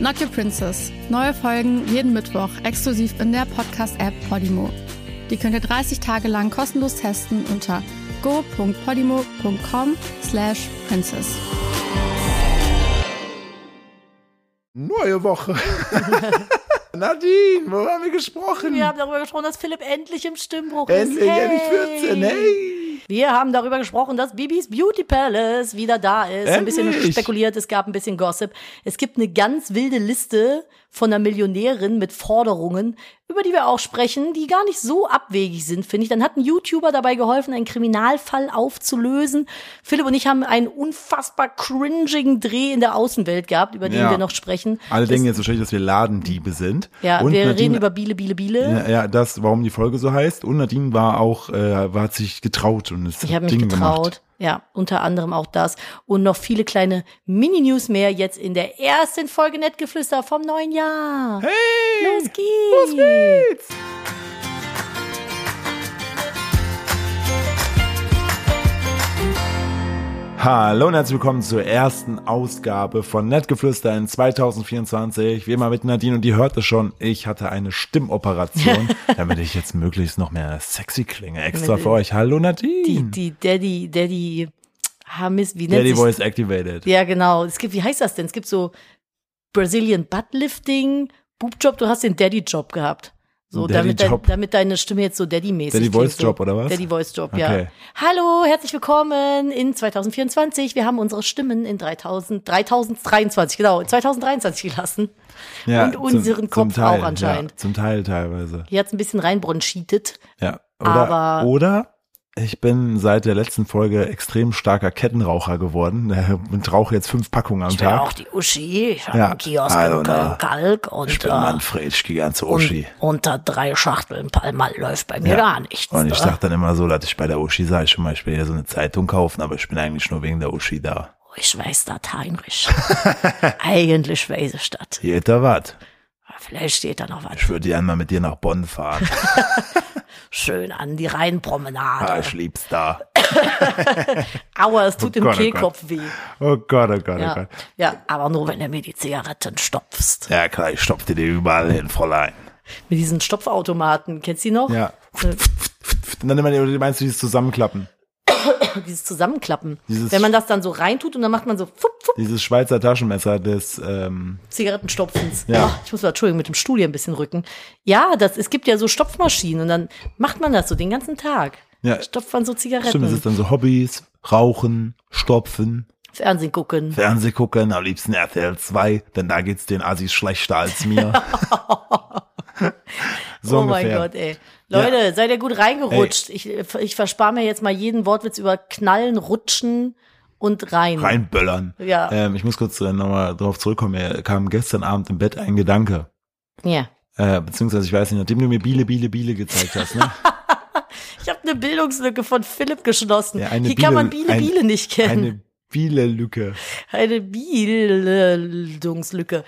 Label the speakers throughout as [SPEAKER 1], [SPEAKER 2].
[SPEAKER 1] Not Your Princess. Neue Folgen jeden Mittwoch exklusiv in der Podcast-App Podimo. Die könnt ihr 30 Tage lang kostenlos testen unter go.podimo.com slash princess.
[SPEAKER 2] Neue Woche. Nadine, worüber haben wir gesprochen?
[SPEAKER 3] Wir haben darüber gesprochen, dass Philipp endlich im Stimmbruch ist.
[SPEAKER 2] endlich, endlich 14, hey.
[SPEAKER 3] Wir haben darüber gesprochen, dass Bibis Beauty Palace wieder da ist. Ein bisschen
[SPEAKER 2] Endlich.
[SPEAKER 3] spekuliert, es gab ein bisschen Gossip. Es gibt eine ganz wilde Liste von einer Millionärin mit Forderungen, über die wir auch sprechen, die gar nicht so abwegig sind, finde ich. Dann hat ein YouTuber dabei geholfen, einen Kriminalfall aufzulösen. Philipp und ich haben einen unfassbar cringigen Dreh in der Außenwelt gehabt, über den
[SPEAKER 2] Ja.
[SPEAKER 3] wir noch sprechen.
[SPEAKER 2] Alle denken jetzt wahrscheinlich, dass wir Ladendiebe sind.
[SPEAKER 3] ja,
[SPEAKER 2] Und
[SPEAKER 3] wir reden
[SPEAKER 2] Nadine-
[SPEAKER 3] über Biele, Biele, Biele.
[SPEAKER 2] Ja, ja, das, warum die Folge so heißt. Und Nadine war auch, äh, war hat sich getraut und ist
[SPEAKER 3] Ich habe mich
[SPEAKER 2] Dinge
[SPEAKER 3] getraut.
[SPEAKER 2] gemacht.
[SPEAKER 3] Ja, unter anderem auch das. Und noch viele kleine Mini-News mehr jetzt in der ersten Folge Nettgeflüster vom neuen Jahr.
[SPEAKER 2] Hey!
[SPEAKER 3] Los
[SPEAKER 2] geht's!
[SPEAKER 3] geht's!
[SPEAKER 2] Hallo und herzlich willkommen zur ersten Ausgabe von Nettgeflüster in 2024. Wie immer mit Nadine und die hört es schon. Ich hatte eine Stimmoperation, damit ich jetzt möglichst noch mehr sexy klinge. Extra für euch. Hallo
[SPEAKER 3] Die,
[SPEAKER 2] Nadine.
[SPEAKER 3] die Daddy, Daddy, Hamis, wie nennt
[SPEAKER 2] Daddy
[SPEAKER 3] sich
[SPEAKER 2] Voice Activated.
[SPEAKER 3] Ja, genau. Es gibt, wie heißt das denn? Es gibt so Brazilian Buttlifting, Boobjob, du hast den Daddy-Job gehabt. So, damit, dein,
[SPEAKER 2] Daddy-Job.
[SPEAKER 3] damit deine Stimme jetzt so Daddy-mäßig
[SPEAKER 2] Daddy
[SPEAKER 3] klingt,
[SPEAKER 2] Voice
[SPEAKER 3] so.
[SPEAKER 2] Job, oder was?
[SPEAKER 3] Daddy Voice Job, ja.
[SPEAKER 2] Okay.
[SPEAKER 3] Hallo, herzlich willkommen in 2024. Wir haben unsere Stimmen in 3000, 3023, genau, in 2023 gelassen.
[SPEAKER 2] Ja,
[SPEAKER 3] und unseren Kopf
[SPEAKER 2] Teil,
[SPEAKER 3] auch anscheinend.
[SPEAKER 2] Ja, zum Teil teilweise.
[SPEAKER 3] Hier hat's ein bisschen reinbronchitet.
[SPEAKER 2] Ja, oder,
[SPEAKER 3] Aber-
[SPEAKER 2] oder ich bin seit der letzten Folge extrem starker Kettenraucher geworden äh, und rauche jetzt fünf Packungen am
[SPEAKER 3] Ich bin ja
[SPEAKER 2] Tag.
[SPEAKER 3] auch die Uschi, ich habe
[SPEAKER 2] Ja,
[SPEAKER 3] einen Kiosk
[SPEAKER 2] also,
[SPEAKER 3] in
[SPEAKER 2] ne.
[SPEAKER 3] Kalk und,
[SPEAKER 2] ich bin
[SPEAKER 3] äh,
[SPEAKER 2] Manfred, ich gehe ganz zu Uschi.
[SPEAKER 3] und unter drei Schachteln Palmal läuft bei mir
[SPEAKER 2] Ja.
[SPEAKER 3] gar nichts.
[SPEAKER 2] Und ich
[SPEAKER 3] ne?
[SPEAKER 2] sag dann immer so, dass ich bei der Uschi sei, ich zum Beispiel hier so eine Zeitung kaufen, aber ich bin eigentlich nur wegen der Uschi da.
[SPEAKER 3] Ich weiß das, Heinrich. Eigentlich weiß ich das.
[SPEAKER 2] Hier ist da was.
[SPEAKER 3] Vielleicht steht da noch was
[SPEAKER 2] Ich würde gerne mal mit dir nach Bonn fahren.
[SPEAKER 3] schön an die
[SPEAKER 2] ah,
[SPEAKER 3] Rheinpromenade.
[SPEAKER 2] ich lieb's da.
[SPEAKER 3] Aua, es tut
[SPEAKER 2] Oh
[SPEAKER 3] im
[SPEAKER 2] Gott, oh
[SPEAKER 3] Kehlkopf weh.
[SPEAKER 2] Oh Gott, oh Gott, oh
[SPEAKER 3] Ja.
[SPEAKER 2] Gott.
[SPEAKER 3] ja, aber nur wenn du mir die Zigaretten stopfst.
[SPEAKER 2] Ja klar, ich stopfte dir überall hin, Fräulein.
[SPEAKER 3] Mit diesen Stopfautomaten, kennst du die noch?
[SPEAKER 2] Ja.
[SPEAKER 3] Äh,
[SPEAKER 2] Und dann immer, die- meinst du dieses Zusammenklappen?
[SPEAKER 3] Dieses Zusammenklappen.
[SPEAKER 2] Dieses-
[SPEAKER 3] wenn man das dann so reintut und dann macht man so fupp, fupp,
[SPEAKER 2] Dieses Schweizer Taschenmesser des, ähm,
[SPEAKER 3] Zigarettenstopfens.
[SPEAKER 2] Ja.
[SPEAKER 3] Ach, ich muss mal, Entschuldigung, mit dem Stuhl hier ein bisschen rücken. Ja, das, es gibt ja so Stopfmaschinen und dann macht man das so den ganzen Tag.
[SPEAKER 2] Ja.
[SPEAKER 3] Stopft man so
[SPEAKER 2] Stimmt, das
[SPEAKER 3] Zigaretten.
[SPEAKER 2] ist dann so Hobbys, Rauchen, Stopfen,
[SPEAKER 3] Fernsehen gucken.
[SPEAKER 2] Fernseh gucken, am liebsten RTL 2, denn da geht's den Assis schlechter als mir. so
[SPEAKER 3] oh
[SPEAKER 2] ungefähr.
[SPEAKER 3] mein Gott, ey. Leute, seid ihr gut reingerutscht. Ich, ich verspare mir jetzt mal jeden Wortwitz über Knallen, Rutschen und rein.
[SPEAKER 2] Reinböllern.
[SPEAKER 3] Ja.
[SPEAKER 2] Ähm, ich muss kurz äh, nochmal drauf zurückkommen. Mir kam gestern Abend im Bett ein Gedanke.
[SPEAKER 3] Ja.
[SPEAKER 2] Äh, beziehungsweise, ich weiß nicht, nachdem du mir Biele, Biele, Biele gezeigt hast, ne?
[SPEAKER 3] Ich habe eine Bildungslücke von Philipp geschlossen.
[SPEAKER 2] Ja,
[SPEAKER 3] Hier kann man Biele,
[SPEAKER 2] ein-
[SPEAKER 3] Biele nicht kennen.
[SPEAKER 2] Eine Biele-Lücke.
[SPEAKER 3] Eine Bildungslücke.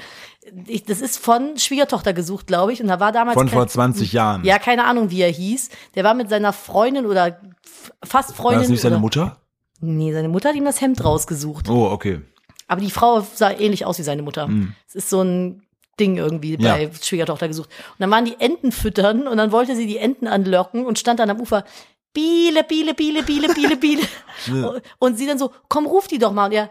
[SPEAKER 3] Ich, das ist von Schwiegertochter gesucht, glaube ich. Und da war damals.
[SPEAKER 2] Von
[SPEAKER 3] kein-
[SPEAKER 2] vor 20 Jahren.
[SPEAKER 3] Ja, keine Ahnung, wie er hieß. Der war mit seiner Freundin oder f- fast
[SPEAKER 2] War
[SPEAKER 3] Freundin.
[SPEAKER 2] das nicht seine
[SPEAKER 3] oder-
[SPEAKER 2] Mutter?
[SPEAKER 3] Nee, seine Mutter hat ihm das Hemd rausgesucht.
[SPEAKER 2] Oh, okay.
[SPEAKER 3] Aber die Frau sah ähnlich aus wie seine Mutter. Es ist so ein Ding irgendwie
[SPEAKER 2] Hm. Ja.
[SPEAKER 3] bei Schwiegertochter gesucht. Und dann waren die Enten füttern und dann wollte sie die Enten anlocken und stand dann am Ufer. Biele, Biele, Biele, Biele, Biele, Biele. Oh, und sie dann so, komm, ruf die doch mal. Und er,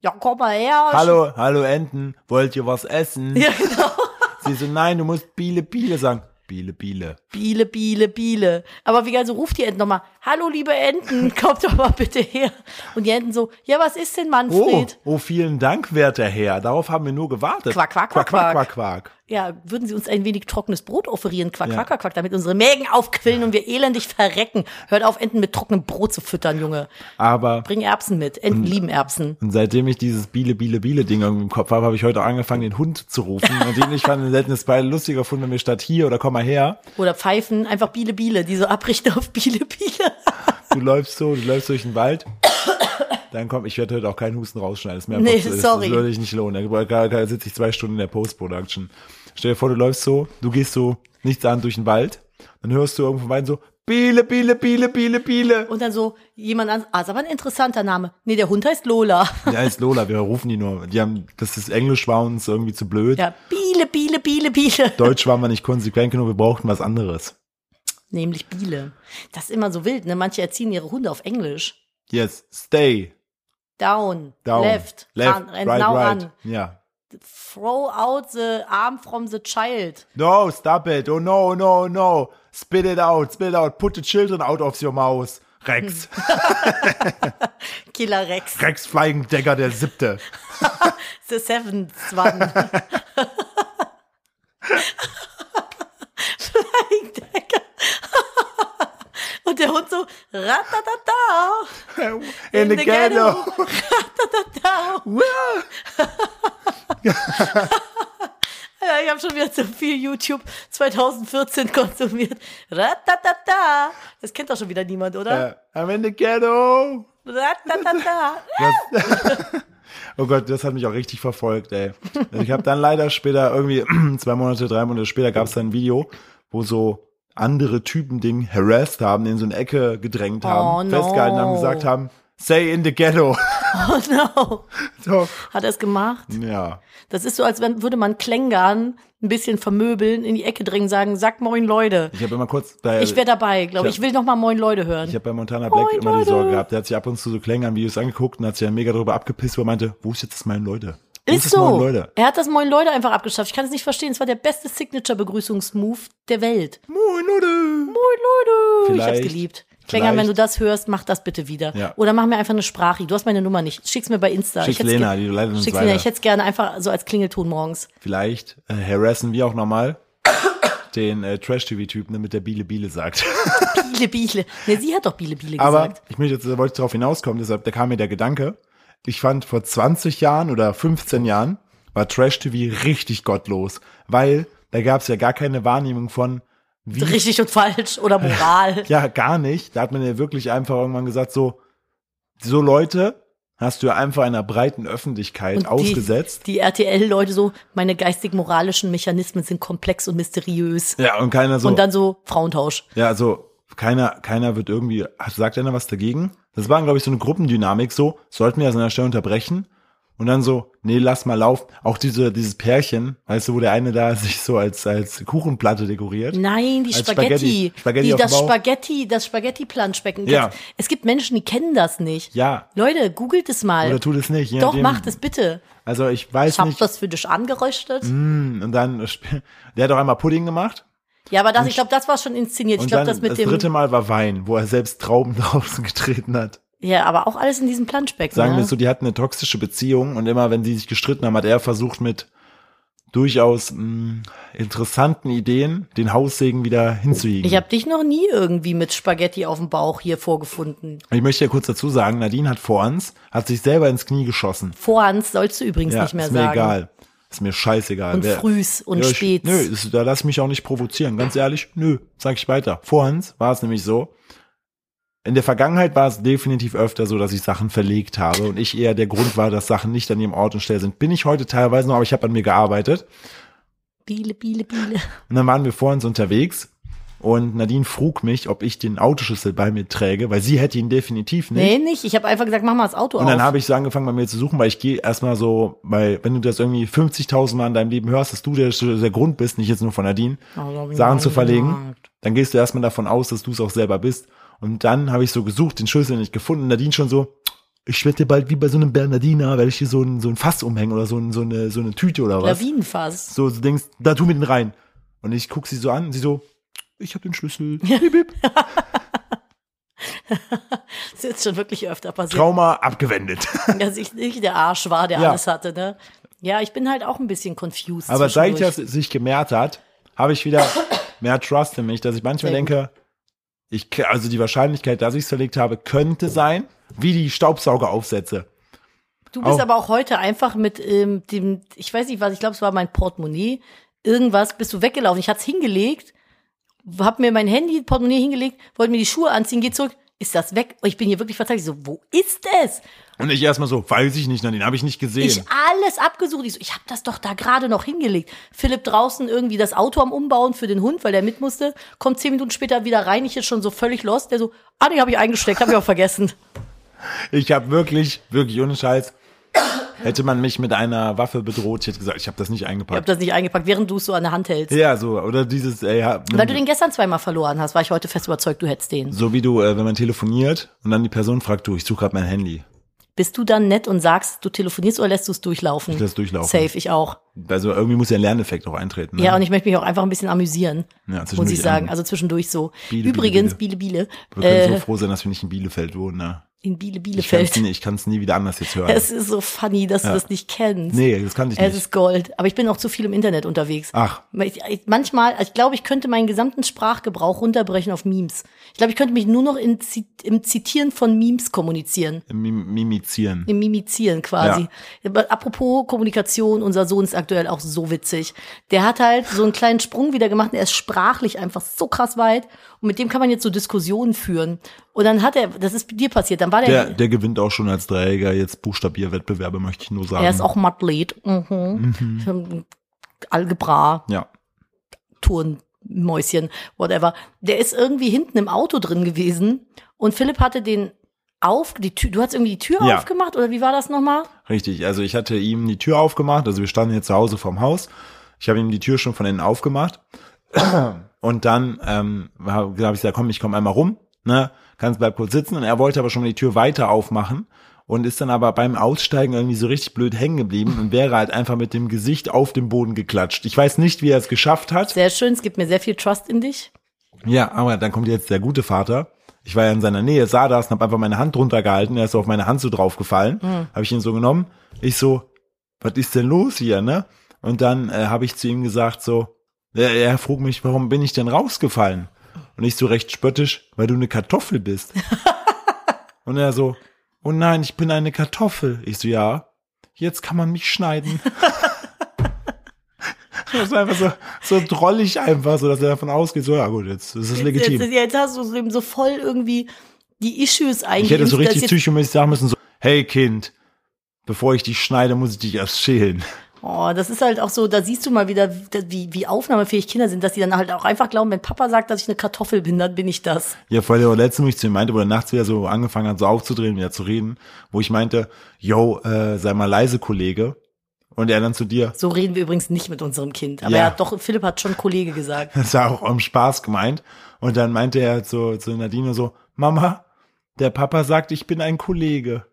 [SPEAKER 3] ja, komm mal her.
[SPEAKER 2] Hallo, hallo Enten, wollt ihr was essen?
[SPEAKER 3] Ja, genau.
[SPEAKER 2] Sie so, nein, du musst Biele, Biele sagen. Biele, Biele.
[SPEAKER 3] Biele, Biele, Biele. Aber wie geil, so ruft die Enten nochmal. Hallo, liebe Enten, kommt doch mal bitte her. Und die Enten so, ja, was ist denn,
[SPEAKER 2] Oh,
[SPEAKER 3] Manfred?
[SPEAKER 2] oh, vielen Dank, werter Herr. Darauf haben wir nur gewartet.
[SPEAKER 3] Quack, quack, quack,
[SPEAKER 2] quack, quack,
[SPEAKER 3] quack.
[SPEAKER 2] quack, quack.
[SPEAKER 3] ja, würden Sie uns ein wenig trockenes Brot offerieren, quack,
[SPEAKER 2] Ja.
[SPEAKER 3] quack, quack, quack, damit unsere Mägen aufquillen und wir elendig verrecken. Hört auf, Enten mit trockenem Brot zu füttern, Junge.
[SPEAKER 2] Aber
[SPEAKER 3] Bring Erbsen mit. Enten lieben Erbsen.
[SPEAKER 2] und seitdem ich dieses Biele, Biele, Biele-Ding irgendwie im Kopf habe, habe ich heute auch angefangen, den Hund zu rufen. Und den ich fand, den hätten es beide lustiger gefunden, wenn wir statt hier oder komm mal her.
[SPEAKER 3] Oder Pfeifen, einfach Biele, Biele, die so abrichten auf Biele, Biele.
[SPEAKER 2] Du läufst so, du läufst durch den Wald. Dann komm, ich werde heute auch keinen Husten rausschneiden. Das ist mir
[SPEAKER 3] Nee,
[SPEAKER 2] einfach, zu-
[SPEAKER 3] sorry.
[SPEAKER 2] Das würde ich nicht lohnen. Da- Da da sitze ich zwei Stunden in der Post-Production. Stell dir vor, du läufst so, du gehst so nichts an durch den Wald. Dann hörst du irgendwo weit so, Biele, Biele, Biele, Biele, Biele.
[SPEAKER 3] Und dann so jemand an, ah, ist aber ein interessanter Name. Nee, der Hund heißt Lola.
[SPEAKER 2] Der heißt Lola, wir rufen die nur. Die haben, das ist Englisch war uns irgendwie zu blöd.
[SPEAKER 3] Ja, Biele, Biele, Biele, Biele.
[SPEAKER 2] Deutsch waren wir nicht konsequent genug, wir brauchten was anderes.
[SPEAKER 3] Nämlich Biele. Das ist immer so wild, ne? Manche erziehen ihre Hunde auf Englisch.
[SPEAKER 2] Yes, stay,
[SPEAKER 3] Down,
[SPEAKER 2] down,
[SPEAKER 3] left,
[SPEAKER 2] left
[SPEAKER 3] run, and
[SPEAKER 2] right,
[SPEAKER 3] now
[SPEAKER 2] right.
[SPEAKER 3] run.
[SPEAKER 2] Ja.
[SPEAKER 3] Throw out the arm from the child.
[SPEAKER 2] No, stop it. Oh no, no, no. Spit it out, spit it out. Put the children out of your mouth. Rex.
[SPEAKER 3] Killer Rex.
[SPEAKER 2] Rex Flygendegger der Siebte.
[SPEAKER 3] The Seventh One. Flying Decker. Und der Hund so, ratatata.
[SPEAKER 2] In the ghetto.
[SPEAKER 3] Ratatata. Ja, ich habe schon wieder so viel YouTube 2014 konsumiert. Ratatata. Das kennt doch schon wieder niemand, oder?
[SPEAKER 2] Äh, I'm in the ghetto.
[SPEAKER 3] Ratatata.
[SPEAKER 2] Oh Gott, das hat mich auch richtig verfolgt, ey. Also Ich habe dann leider später, irgendwie zwei Monate, drei Monate später, gab es dann ein Video, wo so andere Typen den harassed haben, den so in eine Ecke gedrängt haben,
[SPEAKER 3] Oh, no.
[SPEAKER 2] festgehalten haben, gesagt haben, say in the ghetto.
[SPEAKER 3] Oh no.
[SPEAKER 2] So.
[SPEAKER 3] Hat er es gemacht?
[SPEAKER 2] Ja.
[SPEAKER 3] Das ist so, als wenn, würde man Klängern ein bisschen vermöbeln, in die Ecke drängen, sagen, sag moin Leute.
[SPEAKER 2] Ich habe immer kurz bei,
[SPEAKER 3] Ich wäre dabei, glaube ich.
[SPEAKER 2] Ich
[SPEAKER 3] Ich will noch mal moin Leute hören.
[SPEAKER 2] Ich habe bei Montana Black
[SPEAKER 3] Moin,
[SPEAKER 2] immer die
[SPEAKER 3] Leute.
[SPEAKER 2] Sorge gehabt. Der hat sich ab und zu so Klängern-Videos angeguckt und hat sich dann mega darüber abgepisst, wo er meinte, wo ist jetzt das Moin Leute? Wo
[SPEAKER 3] ist
[SPEAKER 2] das
[SPEAKER 3] so.
[SPEAKER 2] Moin Leute?
[SPEAKER 3] Er hat das Moin Leute einfach abgeschafft. Ich kann es nicht verstehen. Es war der beste Signature-Begrüßungsmove der Welt.
[SPEAKER 2] Moin Leute!
[SPEAKER 3] Moin Leute. Ich
[SPEAKER 2] Vielleicht.
[SPEAKER 3] hab's geliebt. Klängern, wenn
[SPEAKER 2] Vielleicht.
[SPEAKER 3] du das hörst, mach das bitte wieder.
[SPEAKER 2] Ja.
[SPEAKER 3] Oder mach mir einfach eine Sprache. Du hast meine Nummer nicht. Schick's mir bei Insta.
[SPEAKER 2] Schick's
[SPEAKER 3] Ich hätt's
[SPEAKER 2] Lena,
[SPEAKER 3] ge-
[SPEAKER 2] die leitet uns
[SPEAKER 3] Schick's
[SPEAKER 2] weiter.
[SPEAKER 3] Lena. Ich hätte es gerne einfach so als Klingelton morgens.
[SPEAKER 2] Vielleicht äh, harassen wir auch nochmal den äh, Trash-TV-Typen, der mit der Biele Biele sagt.
[SPEAKER 3] Biele, Biele. Ne, sie hat doch Biele, Biele
[SPEAKER 2] Aber
[SPEAKER 3] gesagt.
[SPEAKER 2] ich möchte jetzt, da wollte ich darauf hinauskommen, deshalb, da kam mir der Gedanke, ich fand vor 20 Jahren oder 15 Jahren war Trash-TV richtig gottlos, weil da gab es ja gar keine Wahrnehmung von, wie
[SPEAKER 3] Richtig und falsch oder Moral.
[SPEAKER 2] Ja, gar nicht. Da hat man ja wirklich einfach irgendwann gesagt, so, so Leute hast du ja einfach einer breiten Öffentlichkeit ausgesetzt.
[SPEAKER 3] Die, die RTL-Leute so, meine geistig-moralischen Mechanismen sind komplex und mysteriös.
[SPEAKER 2] ja, und keiner so,
[SPEAKER 3] Und dann so Frauentausch.
[SPEAKER 2] ja, also keiner, keiner wird irgendwie, hat- sagt einer was dagegen? Das war, glaube ich, so eine Gruppendynamik, so, sollten wir das an der Stelle unterbrechen? Und dann so, nee, lass mal laufen. Auch diese, dieses Pärchen, weißt du, wo der eine da sich so als, als Kuchenplatte dekoriert.
[SPEAKER 3] Nein, die
[SPEAKER 2] Als
[SPEAKER 3] Spaghetti.
[SPEAKER 2] Spaghetti. Spaghetti
[SPEAKER 3] die,
[SPEAKER 2] auf dem
[SPEAKER 3] das
[SPEAKER 2] Bauch.
[SPEAKER 3] Spaghetti, das Spaghetti-Planschbecken.
[SPEAKER 2] Ja.
[SPEAKER 3] Das- Es gibt Menschen, die kennen das nicht.
[SPEAKER 2] Ja.
[SPEAKER 3] Leute, googelt es mal.
[SPEAKER 2] Oder tut es nicht. je
[SPEAKER 3] Doch,
[SPEAKER 2] nachdem.
[SPEAKER 3] macht es bitte.
[SPEAKER 2] Also ich weiß
[SPEAKER 3] Ich hab
[SPEAKER 2] nicht. Hm.
[SPEAKER 3] das für dich angeröstet.
[SPEAKER 2] Und dann, sp- der hat doch einmal Pudding gemacht.
[SPEAKER 3] Ja, aber das, ich glaube, das war schon inszeniert. Ich
[SPEAKER 2] Und
[SPEAKER 3] glaube,
[SPEAKER 2] dann
[SPEAKER 3] das mit dem.
[SPEAKER 2] dritte Mal war Wein, wo er selbst Trauben draußen getreten hat.
[SPEAKER 3] Ja, aber auch alles in diesem Planschbecken.
[SPEAKER 2] Sagen
[SPEAKER 3] ne?
[SPEAKER 2] wir es so, die hatten eine toxische Beziehung und immer, wenn die sich gestritten haben, hat er versucht mit durchaus mh, interessanten Ideen den Haussegen wieder hinzuhegen.
[SPEAKER 3] Ich habe dich noch nie irgendwie mit Spaghetti auf dem Bauch hier vorgefunden.
[SPEAKER 2] ich möchte ja kurz dazu sagen, Nadine hat vor uns, hat sich selber ins Knie geschossen.
[SPEAKER 3] Vorhans sollst du übrigens
[SPEAKER 2] Ja,
[SPEAKER 3] nicht mehr
[SPEAKER 2] ist mir
[SPEAKER 3] sagen.
[SPEAKER 2] egal. Ist mir scheißegal.
[SPEAKER 3] Und frühs und
[SPEAKER 2] ich-
[SPEAKER 3] späts.
[SPEAKER 2] Nö, das, da lass ich mich auch nicht provozieren. Ganz ehrlich, nö, sag ich weiter. Vorhand war es nämlich so. In der Vergangenheit war es definitiv öfter so, dass ich Sachen verlegt habe und ich eher der Grund war, dass Sachen nicht an ihrem Ort und Stelle sind. Bin ich heute teilweise noch, aber ich habe an mir gearbeitet.
[SPEAKER 3] Biele, Biele, Biele.
[SPEAKER 2] Und dann waren wir vorhin unterwegs und Nadine frug mich, ob ich den Autoschlüssel bei mir träge, weil sie hätte ihn definitiv nicht.
[SPEAKER 3] Nee, nicht. Ich habe einfach gesagt, mach mal das Auto
[SPEAKER 2] Und
[SPEAKER 3] auf.
[SPEAKER 2] dann habe ich so angefangen, bei mir zu suchen, weil ich gehe erstmal so, weil wenn du das irgendwie 50.000 Mal in deinem Leben hörst, dass du der, der Grund bist, nicht jetzt nur von Nadine,
[SPEAKER 3] so Oh, hab ich
[SPEAKER 2] Sachen
[SPEAKER 3] noch
[SPEAKER 2] zu
[SPEAKER 3] nie
[SPEAKER 2] verlegen,
[SPEAKER 3] gemacht.
[SPEAKER 2] dann gehst du erstmal davon aus, dass du es auch selber bist. Und dann habe ich so gesucht, den Schlüssel nicht gefunden. Nadine schon so, ich werde dir bald wie bei so einem Bernardiner, werde ich dir so ein, so ein Fass umhängen oder so, ein, so, eine, so eine Tüte oder was.
[SPEAKER 3] Lawinenfass.
[SPEAKER 2] So, du denkst, da tu mir den rein. Und ich guck sie so an, sie so, ich habe den Schlüssel. Bip, bip.
[SPEAKER 3] Das ist jetzt schon wirklich öfter passiert.
[SPEAKER 2] Trauma abgewendet.
[SPEAKER 3] Dass ich nicht der Arsch war, der
[SPEAKER 2] Ja.
[SPEAKER 3] alles hatte, ne? Ja, ich bin halt auch ein bisschen confused.
[SPEAKER 2] Aber seit das
[SPEAKER 3] zwischendurch.
[SPEAKER 2] sich gemehrt hat, habe ich wieder mehr Trust in mich, dass ich manchmal
[SPEAKER 3] Sehr gut.
[SPEAKER 2] denke, ich, k- also die Wahrscheinlichkeit, dass ich es verlegt habe, könnte sein, wie die Staubsaugeraufsätze.
[SPEAKER 3] Du bist
[SPEAKER 2] Auch-
[SPEAKER 3] aber auch heute einfach mit ähm, dem, ich weiß nicht was, ich glaube, es war mein Portemonnaie, irgendwas, bist du weggelaufen. Ich hatte es hingelegt, hab mir mein Handy, Portemonnaie hingelegt, wollte mir die Schuhe anziehen, geh zurück, ist das weg? Ich bin hier wirklich verzweifelt. Ich so, wo ist es?
[SPEAKER 2] Und ich erstmal so, weiß ich nicht, Nadine, habe ich nicht gesehen.
[SPEAKER 3] Ich alles abgesucht. Ich so, ich habe das doch da gerade noch hingelegt. Philipp draußen irgendwie das Auto am Umbauen für den Hund, weil der mit musste. Kommt zehn Minuten später wieder rein. Ich jetzt schon so völlig lost. Der so, ah nee, habe ich eingesteckt, habe ich auch vergessen.
[SPEAKER 2] Ich habe wirklich, wirklich ohne Scheiß, hätte man mich mit einer Waffe bedroht, ich hätte gesagt, ich habe das nicht
[SPEAKER 3] Ich habe
[SPEAKER 2] eingepackt.
[SPEAKER 3] das nicht eingepackt, während du es so an der Hand hältst.
[SPEAKER 2] ja, so, oder dieses, ey, ja,
[SPEAKER 3] Weil du den gestern zweimal verloren hast, war ich heute fest überzeugt, du hättest den.
[SPEAKER 2] so wie du, äh, wenn man telefoniert und dann die Person fragt, du, ich suche gerade mein Handy.
[SPEAKER 3] Bist du dann nett und sagst, du telefonierst oder lässt du es durchlaufen?
[SPEAKER 2] Ich lass durchlaufen.
[SPEAKER 3] Safe, ich auch.
[SPEAKER 2] Also irgendwie muss ja ein Lerneffekt auch eintreten. Ne?
[SPEAKER 3] Ja, und ich möchte mich auch einfach ein bisschen amüsieren,
[SPEAKER 2] Ja,
[SPEAKER 3] muss
[SPEAKER 2] zwischendurch
[SPEAKER 3] ich sagen.
[SPEAKER 2] an-
[SPEAKER 3] Also zwischendurch so.
[SPEAKER 2] Biele, Biele,
[SPEAKER 3] Übrigens, Biele, Biele,
[SPEAKER 2] Wir können
[SPEAKER 3] äh,
[SPEAKER 2] so froh sein, dass wir nicht in Bielefeld wohnen. Ne?
[SPEAKER 3] in Biele,
[SPEAKER 2] Ich kann es
[SPEAKER 3] Bielefeld.
[SPEAKER 2] nie, ich kann's nie wieder anders jetzt hören.
[SPEAKER 3] Es ist so funny, dass du das nicht kennst.
[SPEAKER 2] nee, das kannte ich
[SPEAKER 3] Es
[SPEAKER 2] nicht.
[SPEAKER 3] ist Gold. Aber ich bin auch zu viel im Internet unterwegs.
[SPEAKER 2] Ach.
[SPEAKER 3] Weil Ich, ich, manchmal, also ich glaube, ich könnte meinen gesamten Sprachgebrauch runterbrechen auf Memes. Ich glaube, ich könnte mich nur noch in, Zi- im Zitieren von Memes kommunizieren.
[SPEAKER 2] Mim Mimizieren.
[SPEAKER 3] Im Mimizieren quasi. Aber Apropos Kommunikation, unser Sohn ist aktuell auch so witzig. Der hat halt so einen kleinen Sprung wieder gemacht und er ist sprachlich einfach so krass weit. Und mit dem kann man jetzt so Diskussionen führen. Und dann hat er, das ist dir passiert, dann war
[SPEAKER 2] Der, der gewinnt auch schon als Dreijähriger jetzt Buchstabierwettbewerbe, möchte ich nur sagen.
[SPEAKER 3] Er ist auch Mathlet. Mhm. Algebra,
[SPEAKER 2] Ja.
[SPEAKER 3] Turnmäuschen, whatever. Der ist irgendwie hinten im Auto drin gewesen und Philipp hatte den auf, die Tür, du hast irgendwie die Tür
[SPEAKER 2] Ja.
[SPEAKER 3] aufgemacht oder wie war das nochmal?
[SPEAKER 2] Richtig, also ich hatte ihm die Tür aufgemacht, also wir standen jetzt zu Hause vorm Haus. Ich habe ihm die Tür schon von innen aufgemacht. Und dann ähm, habe hab ich gesagt, komm, ich komme einmal rum, ne? Kannst bleib kurz sitzen. Und er wollte aber schon mal die Tür weiter aufmachen und ist dann aber beim Aussteigen irgendwie so richtig blöd hängen geblieben und wäre halt einfach mit dem Gesicht auf den Boden geklatscht. Ich weiß nicht, wie er es geschafft hat.
[SPEAKER 3] Sehr schön, es gibt mir sehr viel Trust in dich.
[SPEAKER 2] Ja, aber dann kommt jetzt der gute Vater. Ich war ja in seiner Nähe, sah das und habe einfach meine Hand drunter gehalten. Er ist so auf meine Hand so draufgefallen. Habe ich ihn so genommen. Ich so, was ist denn los hier, ne? Und dann äh, habe ich zu ihm gesagt so, er, er frug mich, warum bin ich denn rausgefallen? Und ich so recht spöttisch, weil du eine Kartoffel bist. und er so, oh nein, ich bin eine Kartoffel. Ich so, ja, jetzt kann man mich schneiden. Das war einfach so, so drollig einfach, so dass er davon ausgeht, so, ja gut, jetzt ist es legitim.
[SPEAKER 3] Jetzt, jetzt hast du eben so voll irgendwie die Issues eigentlich.
[SPEAKER 2] Ich hätte so richtig psychomäßig sagen müssen, so, hey Kind, bevor ich dich schneide, muss ich dich erst schälen.
[SPEAKER 3] Oh, das ist halt auch so, da siehst du mal wieder, wie, wie aufnahmefähig Kinder sind, dass die dann halt auch einfach glauben, wenn Papa sagt, dass ich eine Kartoffel bin, dann bin ich das.
[SPEAKER 2] Ja, vor der letzten, wo ich zu ihm meinte, wo er nachts wieder so angefangen hat, so aufzudrehen, wieder zu reden, wo ich meinte, yo, äh, sei mal leise, Kollege. Und er dann zu dir,
[SPEAKER 3] So reden wir übrigens nicht mit unserem Kind. Aber
[SPEAKER 2] Ja.
[SPEAKER 3] er hat doch, Philipp hat schon Kollege gesagt.
[SPEAKER 2] das war auch im Spaß gemeint. Und dann meinte er zu, zu Nadine so, Mama, der Papa sagt, ich bin ein Kollege.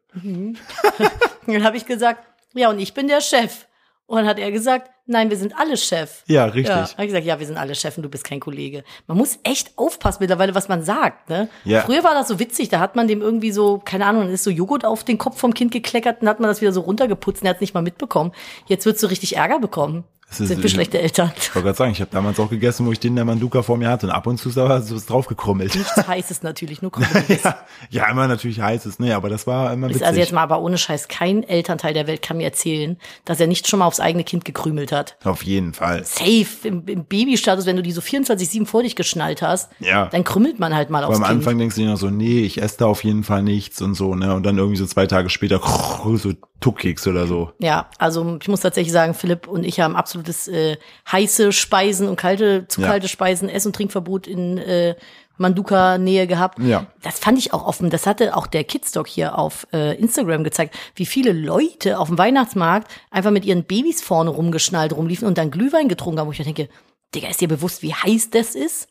[SPEAKER 3] Und dann habe ich gesagt, ja, und ich bin der Chef. Und dann hat er gesagt, nein, wir sind alle Chef.
[SPEAKER 2] Ja, richtig.
[SPEAKER 3] Ja, habe ich gesagt, ja, wir sind alle Chef und du bist kein Kollege. Man muss echt aufpassen mittlerweile, was man sagt. Ne?
[SPEAKER 2] Ja.
[SPEAKER 3] Früher war das so witzig, da hat man dem irgendwie so, keine Ahnung, dann ist so Joghurt auf den Kopf vom Kind gekleckert und hat man das wieder so runtergeputzt und er hat es nicht mal mitbekommen. Jetzt würdest du richtig Ärger bekommen.
[SPEAKER 2] Es ist-
[SPEAKER 3] sind wir schlechte Eltern.
[SPEAKER 2] Ich wollte gerade sagen, ich habe damals auch gegessen, wo ich den der Manduka vor mir hatte. Und ab und zu ist aber so was draufgekrummelt.
[SPEAKER 3] Nichts heißes natürlich, nur Kompromiss.
[SPEAKER 2] ja, ja, immer natürlich heiß ist, nee, aber das war immer
[SPEAKER 3] Ist
[SPEAKER 2] witzig.
[SPEAKER 3] also jetzt mal aber ohne Scheiß, kein Elternteil der Welt kann mir erzählen, dass er nicht schon mal aufs eigene Kind gekrümelt hat.
[SPEAKER 2] Auf jeden Fall.
[SPEAKER 3] safe im, im Babystatus, wenn du die so 24-7 vor dich geschnallt hast,
[SPEAKER 2] Ja.
[SPEAKER 3] dann krümmelt man halt mal
[SPEAKER 2] Aber
[SPEAKER 3] aufs
[SPEAKER 2] am
[SPEAKER 3] Kind.
[SPEAKER 2] Anfang denkst du dir noch so, nee, ich esse da auf jeden Fall nichts und so, ne? Und dann irgendwie so zwei Tage später krrr, so Tuckkeks oder so.
[SPEAKER 3] ja, also ich muss tatsächlich sagen, Philipp und ich haben absolutes äh, heiße Speisen und kalte, zu
[SPEAKER 2] Ja.
[SPEAKER 3] kalte Speisen, Ess- und Trinkverbot in äh, Manduka-Nähe gehabt.
[SPEAKER 2] Ja.
[SPEAKER 3] Das fand ich auch offen. Das hatte auch der Kidstock hier auf äh, Instagram gezeigt, wie viele Leute auf dem Weihnachtsmarkt einfach mit ihren Babys vorne rumgeschnallt rumliefen und dann Glühwein getrunken haben, wo ich mir denke, Digga, ist dir bewusst, wie heiß das ist?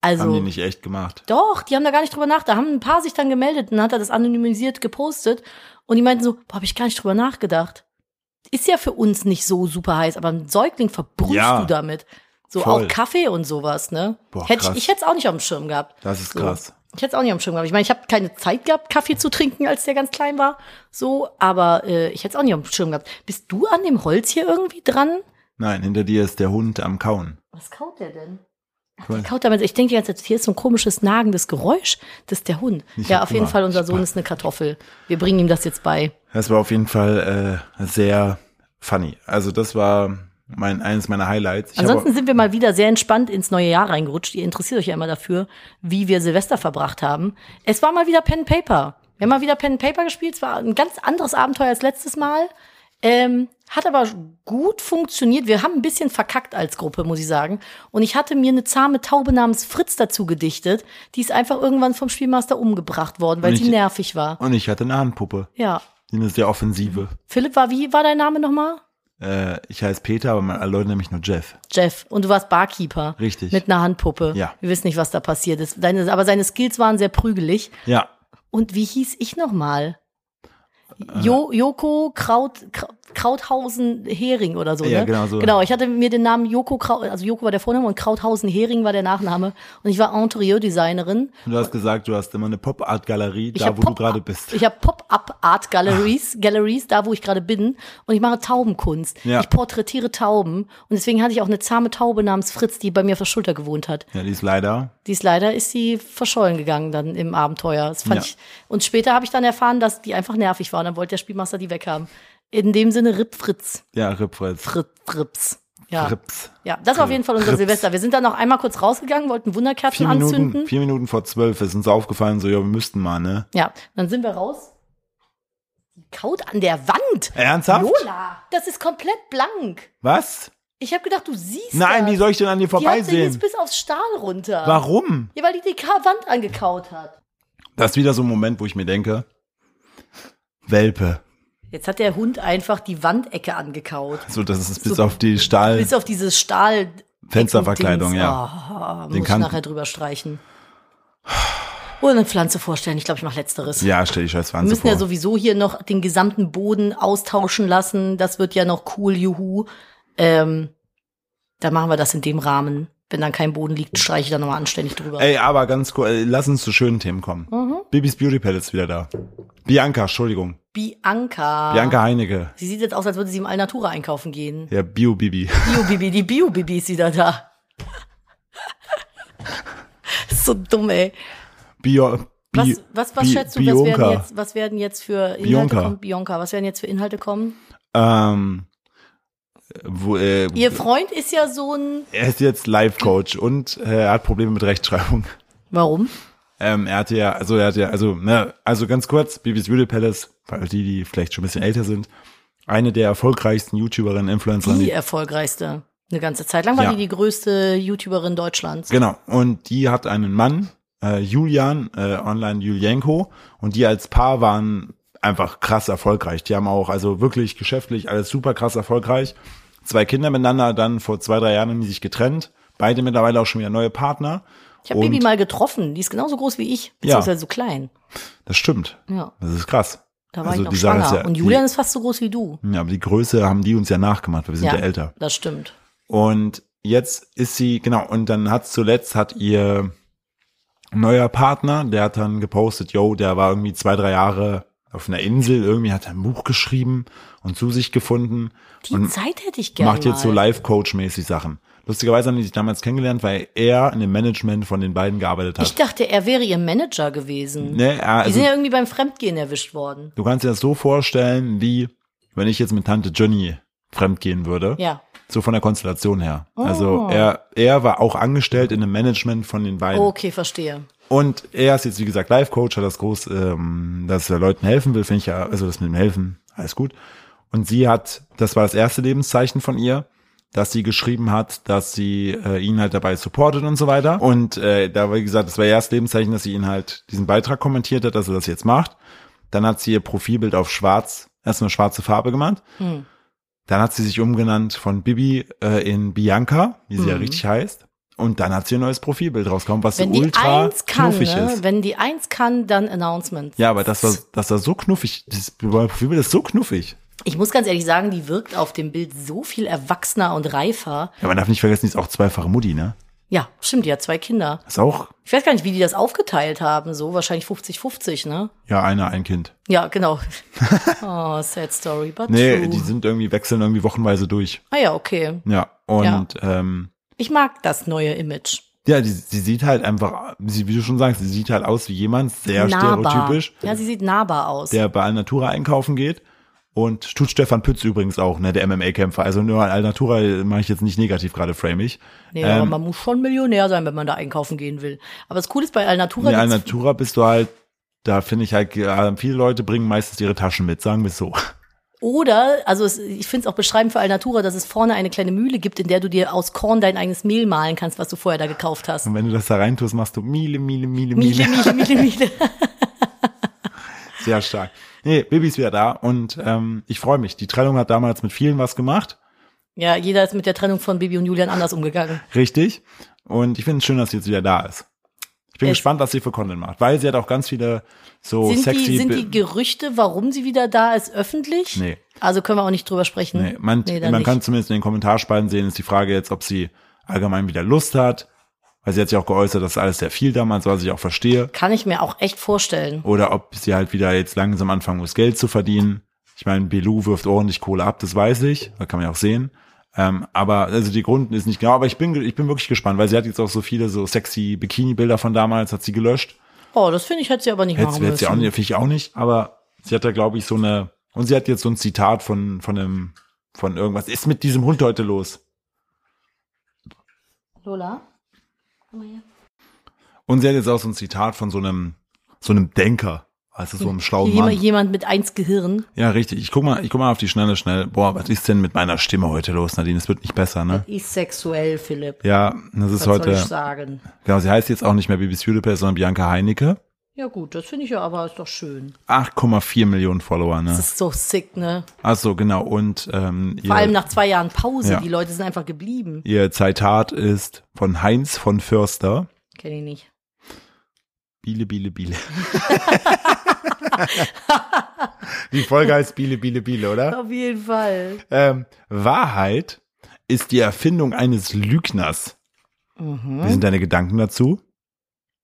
[SPEAKER 3] Also,
[SPEAKER 2] Haben die nicht echt gemacht.
[SPEAKER 3] Doch, die haben da gar nicht drüber nachgedacht. Da haben ein paar sich dann gemeldet und dann hat er das anonymisiert gepostet. Und die meinten so, boah, habe ich gar nicht drüber nachgedacht. Ist ja für uns nicht so super heiß, aber ein Säugling verbrühst
[SPEAKER 2] Ja,
[SPEAKER 3] du damit. So
[SPEAKER 2] voll.
[SPEAKER 3] auch Kaffee und sowas, ne?
[SPEAKER 2] Boah,
[SPEAKER 3] Hätt
[SPEAKER 2] krass.
[SPEAKER 3] ich ich hätte es auch nicht auf dem Schirm gehabt.
[SPEAKER 2] Das ist
[SPEAKER 3] so.
[SPEAKER 2] krass.
[SPEAKER 3] Ich hätte es auch nicht am Schirm gehabt. Ich meine, ich habe keine Zeit gehabt, Kaffee zu trinken, als der ganz klein war. So, aber äh, ich hätte es auch nicht am Schirm gehabt. Bist du an dem Holz hier irgendwie dran?
[SPEAKER 2] Nein, hinter dir ist der Hund am Kauen.
[SPEAKER 3] Was kaut der denn?
[SPEAKER 2] Ich weiß-
[SPEAKER 3] Kaut damit, ich denke die ganze Zeit, hier ist so ein komisches nagendes Geräusch. Das ist der Hund.
[SPEAKER 2] Ich
[SPEAKER 3] ja,
[SPEAKER 2] hab
[SPEAKER 3] auf jeden
[SPEAKER 2] Hunger.
[SPEAKER 3] Fall, unser
[SPEAKER 2] Ich
[SPEAKER 3] Sohn
[SPEAKER 2] mag-
[SPEAKER 3] ist eine Kartoffel. Wir bringen ihm das jetzt bei.
[SPEAKER 2] Das war auf jeden Fall äh, sehr funny. Also das war mein eines meiner Highlights. Ich
[SPEAKER 3] Ansonsten
[SPEAKER 2] habe,
[SPEAKER 3] sind wir mal wieder sehr entspannt ins neue Jahr reingerutscht. Ihr interessiert euch ja immer dafür, wie wir Silvester verbracht haben. Es war mal wieder Pen and Paper. Wir haben mal wieder Pen and Paper gespielt. Es war ein ganz anderes Abenteuer als letztes Mal. Ähm, hat aber gut funktioniert. Wir haben ein bisschen verkackt als Gruppe, muss ich sagen. Und ich hatte mir eine zahme Taube namens Fritz dazu gedichtet. Die ist einfach irgendwann vom Spielmaster umgebracht worden, weil
[SPEAKER 2] Und
[SPEAKER 3] sie
[SPEAKER 2] ich-
[SPEAKER 3] nervig war.
[SPEAKER 2] und ich hatte eine Handpuppe.
[SPEAKER 3] Ja.
[SPEAKER 2] Die ist sehr offensive.
[SPEAKER 3] Philipp war, wie war dein Name nochmal?
[SPEAKER 2] Äh, ich heiße Peter, aber meine Leute nennen mich nur Jeff.
[SPEAKER 3] Jeff. Und du warst Barkeeper.
[SPEAKER 2] Richtig.
[SPEAKER 3] Mit einer Handpuppe.
[SPEAKER 2] Ja.
[SPEAKER 3] Wir wissen nicht, was da passiert ist. Deine, aber seine Skills waren sehr prügelig.
[SPEAKER 2] Ja,
[SPEAKER 3] Und wie hieß ich nochmal?
[SPEAKER 2] Äh.
[SPEAKER 3] Jo, Joko Kraut, Krau- Krauthausen Hering oder so.
[SPEAKER 2] Ja,
[SPEAKER 3] ne?
[SPEAKER 2] genau so.
[SPEAKER 3] Genau, ich hatte mir den Namen Joko Kraut, also Joko war der Vorname und Krauthausen Hering war der Nachname. Und ich war Interieur-Designerin.
[SPEAKER 2] und du hast gesagt, du hast immer eine Pop-Art-Galerie,
[SPEAKER 3] Ich
[SPEAKER 2] da
[SPEAKER 3] hab
[SPEAKER 2] wo du
[SPEAKER 3] Pop-
[SPEAKER 2] gerade bist. Ah.
[SPEAKER 3] Ich habe Pop-up-Art-Galleries, Galleries, da wo ich gerade bin. Und ich mache Taubenkunst.
[SPEAKER 2] Ja.
[SPEAKER 3] Ich porträtiere Tauben. Und deswegen hatte ich auch eine zahme Taube namens Fritz, die bei mir auf der Schulter gewohnt hat.
[SPEAKER 2] ja, die ist leider.
[SPEAKER 3] Die ist leider ist sie verschollen gegangen dann im Abenteuer. Das fand
[SPEAKER 2] Ja.
[SPEAKER 3] ich. Und später habe ich dann erfahren, dass die einfach nervig war. Und dann wollte der Spielmaster die weghaben. In dem Sinne Rip Fritz.
[SPEAKER 2] Ja, Ripfritz.
[SPEAKER 3] Fritz. Rips. Ja.
[SPEAKER 2] Rips.
[SPEAKER 3] ja, das war auf jeden Fall unser
[SPEAKER 2] Rips.
[SPEAKER 3] Silvester. Wir sind dann noch einmal kurz rausgegangen, wollten Wunderkerzen
[SPEAKER 2] Vier Minuten,
[SPEAKER 3] anzünden.
[SPEAKER 2] vier Minuten vor zwölf ist uns aufgefallen, so, ja, wir müssten mal, ne?
[SPEAKER 3] Ja, dann sind wir raus. Die kaut an der Wand.
[SPEAKER 2] Ernsthaft?
[SPEAKER 3] Lola, das ist komplett blank.
[SPEAKER 2] Was?
[SPEAKER 3] Ich habe gedacht, du siehst
[SPEAKER 2] Nein,
[SPEAKER 3] das.
[SPEAKER 2] wie soll ich denn an dir
[SPEAKER 3] Die hat sich jetzt
[SPEAKER 2] vorbeisehen?
[SPEAKER 3] bis aufs Stahl runter.
[SPEAKER 2] Warum?
[SPEAKER 3] Ja, weil die die Ka- Wand angekaut hat.
[SPEAKER 2] Das ist wieder so ein Moment, wo ich mir denke, Welpe.
[SPEAKER 3] Jetzt hat der Hund einfach die Wandecke angekaut.
[SPEAKER 2] So, das ist bis
[SPEAKER 3] So-
[SPEAKER 2] auf die Stahl.
[SPEAKER 3] Bis auf diese Stahl.
[SPEAKER 2] Fensterverkleidung,
[SPEAKER 3] ja. Oh,
[SPEAKER 2] Den
[SPEAKER 3] muss ich
[SPEAKER 2] kann-
[SPEAKER 3] nachher drüber streichen. Oder eine Pflanze vorstellen. Ich glaube, ich mache Letzteres.
[SPEAKER 2] ja, stell die scheiß
[SPEAKER 3] Wir
[SPEAKER 2] Pflanze
[SPEAKER 3] müssen
[SPEAKER 2] vor.
[SPEAKER 3] ja sowieso hier noch den gesamten Boden austauschen lassen. Das wird ja noch cool, juhu. Ähm, dann machen wir das in dem Rahmen. Wenn dann kein Boden liegt, streiche ich da nochmal anständig drüber.
[SPEAKER 2] Ey, aber ganz cool, äh, lass uns zu schönen Themen kommen.
[SPEAKER 3] Mhm.
[SPEAKER 2] Bibis Beauty Palace ist wieder da. Bianca, Entschuldigung.
[SPEAKER 3] Bianca.
[SPEAKER 2] Bianca Heinecke.
[SPEAKER 3] Sie sieht jetzt aus, als würde sie im Allnatura einkaufen gehen.
[SPEAKER 2] Ja, Bio-Bibi.
[SPEAKER 3] Bio-Bibi, die Bio-Bibi ist wieder da. so dumm, ey.
[SPEAKER 2] Bio,
[SPEAKER 3] Was,
[SPEAKER 2] Bi-
[SPEAKER 3] was, was
[SPEAKER 2] Bi-
[SPEAKER 3] schätzt du, was werden,
[SPEAKER 2] Bionka.
[SPEAKER 3] jetzt, was werden jetzt für Inhalte
[SPEAKER 2] Bionka.
[SPEAKER 3] kommen? Bionka, was werden jetzt für Inhalte kommen?
[SPEAKER 2] Ähm, wo, äh,
[SPEAKER 3] Ihr Freund ist ja so ein.
[SPEAKER 2] er ist jetzt Life-Coach und äh, er hat Probleme mit Rechtschreibung.
[SPEAKER 3] Warum?
[SPEAKER 2] Ähm, er hatte ja, also er hatte ja, also, ne, also ganz kurz, Bibis Beauty Palace, weil die, die vielleicht schon ein bisschen älter sind, eine der erfolgreichsten YouTuberinnen, Influencerinnen,
[SPEAKER 3] Die
[SPEAKER 2] die,
[SPEAKER 3] erfolgreichste. Eine ganze Zeit lang war
[SPEAKER 2] Ja.
[SPEAKER 3] die die größte YouTuberin Deutschlands.
[SPEAKER 2] Genau. Und die hat einen Mann, äh, Julian, äh, online Julienko. Und die als Paar waren einfach krass erfolgreich. Die haben auch, also wirklich geschäftlich alles super krass erfolgreich. Zwei Kinder miteinander, dann vor zwei, drei Jahren haben die sich getrennt. Beide mittlerweile auch schon wieder neue Partner.
[SPEAKER 3] Ich habe
[SPEAKER 2] Und-
[SPEAKER 3] Bibi mal getroffen. Die ist genauso groß wie ich.
[SPEAKER 2] Ja.
[SPEAKER 3] Beziehungsweise so klein.
[SPEAKER 2] Das stimmt.
[SPEAKER 3] Ja.
[SPEAKER 2] Das ist krass.
[SPEAKER 3] Da war
[SPEAKER 2] Also
[SPEAKER 3] ich noch
[SPEAKER 2] die Sache
[SPEAKER 3] schwanger.
[SPEAKER 2] ist ja-
[SPEAKER 3] Und Julian
[SPEAKER 2] die-
[SPEAKER 3] ist fast so groß wie du.
[SPEAKER 2] Ja, aber die Größe haben die uns ja nachgemacht, weil wir sind ja, älter.
[SPEAKER 3] Das stimmt.
[SPEAKER 2] Und jetzt ist sie, genau, und dann hat zuletzt hat ihr neuer Partner, der hat dann gepostet, yo, der war irgendwie zwei, drei Jahre auf einer Insel, irgendwie hat er ein Buch geschrieben und zu sich gefunden
[SPEAKER 3] Die
[SPEAKER 2] und
[SPEAKER 3] Zeit hätte ich gerne.
[SPEAKER 2] macht jetzt so
[SPEAKER 3] mal.
[SPEAKER 2] Life-Coach-mäßig Sachen. Lustigerweise haben die sich damals kennengelernt, weil er in dem Management von den beiden gearbeitet
[SPEAKER 3] Ich
[SPEAKER 2] hat.
[SPEAKER 3] dachte, er wäre ihr Manager gewesen.
[SPEAKER 2] Ne, er-
[SPEAKER 3] die
[SPEAKER 2] also,
[SPEAKER 3] sind ja irgendwie beim Fremdgehen erwischt worden.
[SPEAKER 2] du kannst dir das so vorstellen, wie wenn ich jetzt mit Tante Johnny fremdgehen würde.
[SPEAKER 3] Ja.
[SPEAKER 2] So von der Konstellation her. Also er, er war auch angestellt in dem Management von den beiden.
[SPEAKER 3] Oh, Okay, verstehe.
[SPEAKER 2] Und er ist jetzt, wie gesagt, Life-Coach, hat das groß, ähm, dass er Leuten helfen will, finde ich ja, also das mit dem Helfen, alles gut. Und sie hat, das war das erste Lebenszeichen von ihr, dass sie geschrieben hat, dass sie äh, ihn halt dabei supportet und so weiter. Und äh, da, wie gesagt, das war ihr erstes Lebenszeichen, dass sie ihn halt diesen Beitrag kommentiert hat, dass er das jetzt macht. Dann hat sie ihr Profilbild auf schwarz, erstmal schwarze Farbe gemacht.
[SPEAKER 3] Hm.
[SPEAKER 2] Dann hat sie sich umgenannt von Bibi äh, in Bianca, wie sie ja richtig heißt. Und dann hat sie ein neues Profilbild rausgekommen, was
[SPEAKER 3] Hm. Wenn
[SPEAKER 2] so
[SPEAKER 3] die
[SPEAKER 2] ultra
[SPEAKER 3] eins kann,
[SPEAKER 2] knuffig
[SPEAKER 3] ne?
[SPEAKER 2] ist.
[SPEAKER 3] wenn die eins kann, dann Announcements.
[SPEAKER 2] Ja, aber das war, das war so knuffig. Das Profilbild ist so knuffig.
[SPEAKER 3] Ich muss ganz ehrlich sagen, die wirkt auf dem Bild so viel erwachsener und reifer.
[SPEAKER 2] Ja, man darf nicht vergessen, die ist auch zweifache Mutti, ne?
[SPEAKER 3] Ja, stimmt, die hat zwei Kinder.
[SPEAKER 2] Ist auch,
[SPEAKER 3] Ich weiß gar nicht, wie die das aufgeteilt haben, so wahrscheinlich 50-50, ne?
[SPEAKER 2] ja, einer, ein Kind.
[SPEAKER 3] Ja, genau. oh, sad story, but
[SPEAKER 2] Nee,
[SPEAKER 3] true.
[SPEAKER 2] die sind irgendwie, wechseln irgendwie wochenweise durch.
[SPEAKER 3] ah ja, okay.
[SPEAKER 2] Ja, und Ähm,
[SPEAKER 3] Ich mag das neue Image.
[SPEAKER 2] ja, die, sie sieht halt einfach, sie, wie du schon sagst, sie sieht halt aus wie jemand, sehr stereotypisch,
[SPEAKER 3] Ja, sie sieht nahbar aus.
[SPEAKER 2] der bei Alnatura einkaufen geht. Und tut Stefan Pütz übrigens auch, ne, der MMA-Kämpfer. Also nur Alnatura mache ich jetzt nicht negativ gerade framig.
[SPEAKER 3] nee, aber
[SPEAKER 2] ähm,
[SPEAKER 3] man muss schon Millionär sein, wenn man da einkaufen gehen will. Aber das Coole ist bei Alnatura,
[SPEAKER 2] In
[SPEAKER 3] ja,
[SPEAKER 2] Alnatura bist du halt, da finde ich halt, äh, viele Leute bringen meistens ihre Taschen mit, sagen wir es so.
[SPEAKER 3] oder, also es, ich finde es auch beschreibend für Alnatura, dass es vorne eine kleine Mühle gibt, in der du dir aus Korn dein eigenes Mehl mahlen kannst, was du vorher da gekauft hast.
[SPEAKER 2] Und wenn du das da reintust, machst du Miele, Miele, Miele, Miele.
[SPEAKER 3] Miele, Miele, Miele, Miele.
[SPEAKER 2] Sehr stark. Nee, Bibi ist wieder da und ähm, ich freue mich. Die Trennung hat damals mit vielen was gemacht.
[SPEAKER 3] Ja, jeder ist mit der Trennung von Bibi und Julian anders umgegangen.
[SPEAKER 2] Richtig. Und ich finde es schön, dass sie jetzt wieder da ist. Ich bin
[SPEAKER 3] Es-
[SPEAKER 2] gespannt, was sie für Content macht, weil sie hat auch ganz viele so
[SPEAKER 3] Sind
[SPEAKER 2] Oh, sexy.
[SPEAKER 3] die, sind
[SPEAKER 2] Bi-
[SPEAKER 3] die Gerüchte, warum sie wieder da ist, öffentlich?
[SPEAKER 2] Nee.
[SPEAKER 3] Also können wir auch nicht drüber sprechen.
[SPEAKER 2] nee, man
[SPEAKER 3] dann
[SPEAKER 2] man
[SPEAKER 3] nicht.
[SPEAKER 2] kann zumindest in den Kommentarspalten sehen, ist die Frage jetzt, ob sie allgemein wieder Lust hat. Weil sie hat sich auch geäußert, dass alles sehr viel damals, was ich auch verstehe.
[SPEAKER 3] kann ich mir auch echt vorstellen.
[SPEAKER 2] Oder ob sie halt wieder jetzt langsam anfangen muss, Geld zu verdienen. Ich meine, Belou wirft ordentlich Kohle ab, das weiß ich. Da kann man ja auch sehen. Ähm, aber also die Gründen ist nicht genau, aber ich bin, ich bin wirklich gespannt, weil sie hat jetzt auch so viele so sexy Bikini-Bilder von damals, hat sie gelöscht.
[SPEAKER 3] Oh, das finde ich, hätte sie aber nicht
[SPEAKER 2] Hätte
[SPEAKER 3] machen
[SPEAKER 2] hätte
[SPEAKER 3] müssen.
[SPEAKER 2] sie auch nicht, finde ich auch nicht, aber sie hat da, glaube ich, so eine, und sie hat jetzt so ein Zitat von, von einem, von irgendwas, ist mit diesem Hund heute los?
[SPEAKER 3] Lola?
[SPEAKER 2] Und sie hat jetzt auch so ein Zitat von so einem, so einem Denker, also so einem schlauen
[SPEAKER 3] Jemand,
[SPEAKER 2] Mann.
[SPEAKER 3] jemand mit eins Gehirn.
[SPEAKER 2] Ja, richtig. Ich guck mal, ich guck mal auf die Schnelle schnell. Boah, was ist denn mit meiner Stimme heute los, Nadine? Es wird nicht besser, ne?
[SPEAKER 3] Ist sexuell, Philipp.
[SPEAKER 2] Ja, das ist
[SPEAKER 3] Was soll ich
[SPEAKER 2] heute.
[SPEAKER 3] sagen?
[SPEAKER 2] Genau, sie heißt jetzt auch nicht mehr Bibis Hüdepe, sondern Bianca Heinecke.
[SPEAKER 3] Ja gut, das finde ich ja aber ist doch schön.
[SPEAKER 2] 8,4 Millionen Follower,
[SPEAKER 3] Das
[SPEAKER 2] ne?
[SPEAKER 3] ist so sick, ne?
[SPEAKER 2] Ach so, genau. Und ähm,
[SPEAKER 3] Vor allem
[SPEAKER 2] ihr,
[SPEAKER 3] nach zwei Jahren Pause.
[SPEAKER 2] Ja.
[SPEAKER 3] Die Leute sind einfach geblieben.
[SPEAKER 2] ihr Zitat ist von Heinz von Förster.
[SPEAKER 3] Kenne ich nicht.
[SPEAKER 2] Biele, Biele, Biele. Die Folge heißt Biele, Biele, Biele, oder?
[SPEAKER 3] Auf jeden Fall.
[SPEAKER 2] Ähm, Wahrheit ist die Erfindung eines Lügners.
[SPEAKER 3] Hm?
[SPEAKER 2] Wie sind deine Gedanken dazu?
[SPEAKER 3] Mhm.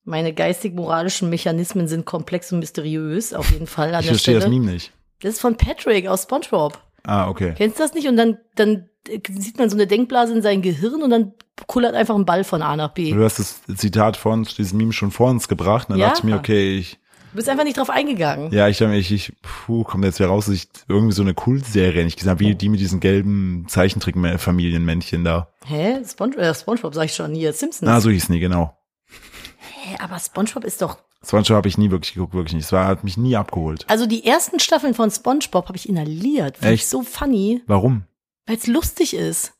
[SPEAKER 3] Meine geistig-moralischen Mechanismen sind komplex und mysteriös, auf jeden Fall an
[SPEAKER 2] Ich
[SPEAKER 3] der
[SPEAKER 2] verstehe
[SPEAKER 3] Stelle.
[SPEAKER 2] das Meme nicht.
[SPEAKER 3] Das ist von Patrick aus SpongeBob.
[SPEAKER 2] Ah, okay.
[SPEAKER 3] Kennst du das nicht? Und dann, dann äh, sieht man so eine Denkblase in sein Gehirn und dann kullert einfach ein Ball von A nach B.
[SPEAKER 2] Du hast das Zitat vor uns, dieses Meme schon vor uns gebracht. Und dann
[SPEAKER 3] Ja.
[SPEAKER 2] dachte ich mir, okay, ich,
[SPEAKER 3] Du bist einfach nicht drauf eingegangen.
[SPEAKER 2] ja, ich dachte mir, ich, ich puh, kommt jetzt wieder raus, dass ich irgendwie so eine Kultserie nicht gesagt habe, wie die mit diesen gelben Zeichentrick-Familienmännchen da.
[SPEAKER 3] Hä? Sponge äh, SpongeBob sag ich schon hier. Simpsons.
[SPEAKER 2] Na, so hießen die, genau.
[SPEAKER 3] Hä, aber SpongeBob ist doch.
[SPEAKER 2] SpongeBob habe ich nie wirklich geguckt, wirklich nicht. Es war, hat mich nie abgeholt.
[SPEAKER 3] Also die ersten Staffeln von SpongeBob habe ich inhaliert. Finde ich
[SPEAKER 2] Echt?
[SPEAKER 3] so funny,
[SPEAKER 2] Warum?
[SPEAKER 3] weil es lustig ist.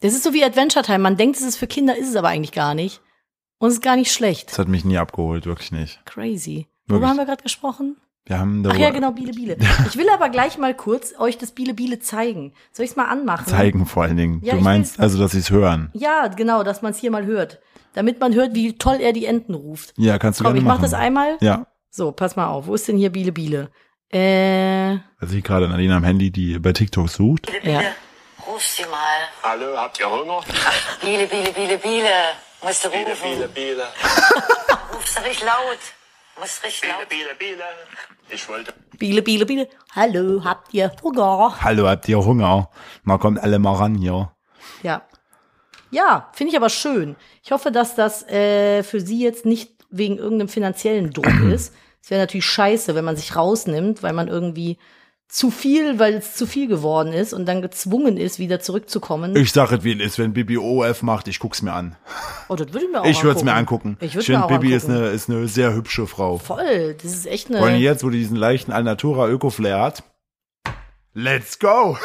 [SPEAKER 3] Das ist so wie Adventure Time. Man denkt, es ist für Kinder, ist es aber eigentlich gar nicht. Und es ist gar nicht schlecht.
[SPEAKER 2] Das hat mich nie abgeholt, wirklich nicht.
[SPEAKER 3] Crazy.
[SPEAKER 2] Wirklich.
[SPEAKER 3] Worüber haben wir gerade gesprochen?
[SPEAKER 2] Wir haben
[SPEAKER 3] Ach
[SPEAKER 2] darüber
[SPEAKER 3] ja, genau, Biele Biele. Ich will aber gleich mal kurz euch das Biele Biele zeigen. Soll ich es mal anmachen?
[SPEAKER 2] zeigen vor allen Dingen.
[SPEAKER 3] Ja,
[SPEAKER 2] du
[SPEAKER 3] ich
[SPEAKER 2] meinst also, dass sie es hören.
[SPEAKER 3] Ja, genau, dass man es hier mal hört. Damit man hört, wie toll er die Enten ruft.
[SPEAKER 2] Ja, kannst du
[SPEAKER 3] Komm,
[SPEAKER 2] gerne
[SPEAKER 3] ich mach
[SPEAKER 2] machen.
[SPEAKER 3] das einmal.
[SPEAKER 2] Ja,
[SPEAKER 3] So, pass mal auf. Wo ist denn hier Biele Biele? Äh,
[SPEAKER 2] also ich gerade Nadine am Handy, die bei TikTok sucht.
[SPEAKER 3] ja.
[SPEAKER 4] Ruf sie mal.
[SPEAKER 5] Hallo, habt ihr Hunger?
[SPEAKER 4] Biele, Biele, Biele, Biele. Musst du
[SPEAKER 5] Biele,
[SPEAKER 4] rufen.
[SPEAKER 5] Biele, Biele.
[SPEAKER 4] Rufst du richtig laut. Musst richtig
[SPEAKER 5] Biele,
[SPEAKER 4] laut.
[SPEAKER 5] Biele, Biele. Ich wollte
[SPEAKER 3] Biele Biele Biele. Hallo, habt ihr Hunger?
[SPEAKER 2] Hallo, habt ihr Hunger? Mal kommt alle mal ran hier.
[SPEAKER 3] Ja. Ja, finde ich aber schön. Ich hoffe, dass das äh, für sie jetzt nicht wegen irgendeinem finanziellen Druck ist. Es wäre natürlich scheiße, wenn man sich rausnimmt, weil man irgendwie zu viel, weil es zu viel geworden ist und dann gezwungen ist, wieder zurückzukommen.
[SPEAKER 2] Ich sag es, wie es ist, wenn Bibi OF macht, ich guck's mir an.
[SPEAKER 3] oh, das würde ich mir auch
[SPEAKER 2] Ich würde es mir angucken.
[SPEAKER 3] Ich würde mir
[SPEAKER 2] finde,
[SPEAKER 3] auch
[SPEAKER 2] Bibi ist
[SPEAKER 3] angucken.
[SPEAKER 2] eine, ist eine sehr hübsche Frau.
[SPEAKER 3] Voll, das ist echt eine.
[SPEAKER 2] Und jetzt, wo die diesen leichten Alnatura Öko-Flair hat, let's go!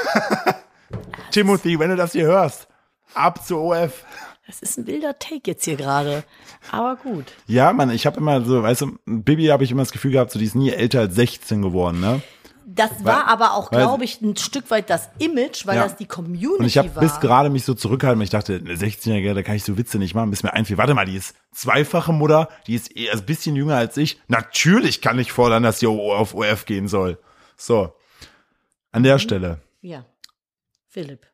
[SPEAKER 2] Timothy, wenn du das hier hörst, ab zu OF.
[SPEAKER 3] Das ist ein wilder Take jetzt hier gerade. Aber gut.
[SPEAKER 2] Ja, Mann, ich habe immer so, weißt du, Bibi habe ich immer das Gefühl gehabt, so die ist nie älter als 16 geworden, ne?
[SPEAKER 3] Das war aber auch,
[SPEAKER 2] weil-
[SPEAKER 3] glaube ich, ein Stück weit das Image, weil
[SPEAKER 2] Ja.
[SPEAKER 3] das die Community
[SPEAKER 2] Und ich habe
[SPEAKER 3] war.
[SPEAKER 2] bis gerade mich so zurückgehalten, weil ich dachte, eine 16-Jährige, da kann ich so Witze nicht machen, bis mir einfiel, warte mal, die ist zweifache Mutter, die ist eher ein bisschen jünger als ich. Natürlich kann ich fordern, dass sie auf OF gehen soll. So. An der Stelle.
[SPEAKER 3] ja. Philipp.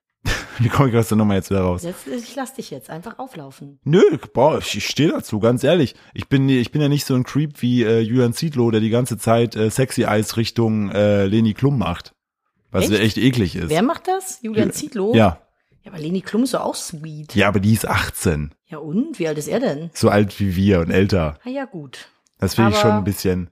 [SPEAKER 2] Wie komme ich aus der Nummer jetzt wieder raus?
[SPEAKER 3] Jetzt, ich lass dich jetzt einfach auflaufen.
[SPEAKER 2] Nö, boah, ich ich stehe dazu, ganz ehrlich. Ich bin, ich bin ja nicht so ein Creep wie äh, Julian Zietlow, der die ganze Zeit äh, Sexy Eyes Richtung äh, Leni Klum macht. Was echt,
[SPEAKER 3] Echt?
[SPEAKER 2] eklig ist.
[SPEAKER 3] Wer macht das? Julian Zietlow?
[SPEAKER 2] Ja.
[SPEAKER 3] Ja, aber Leni Klum ist doch auch sweet.
[SPEAKER 2] Ja, aber die ist 18.
[SPEAKER 3] Ja, und? Wie alt ist er denn?
[SPEAKER 2] So alt wie wir und älter.
[SPEAKER 3] Ah ja, gut.
[SPEAKER 2] Das finde ich
[SPEAKER 3] Aber-
[SPEAKER 2] schon ein bisschen.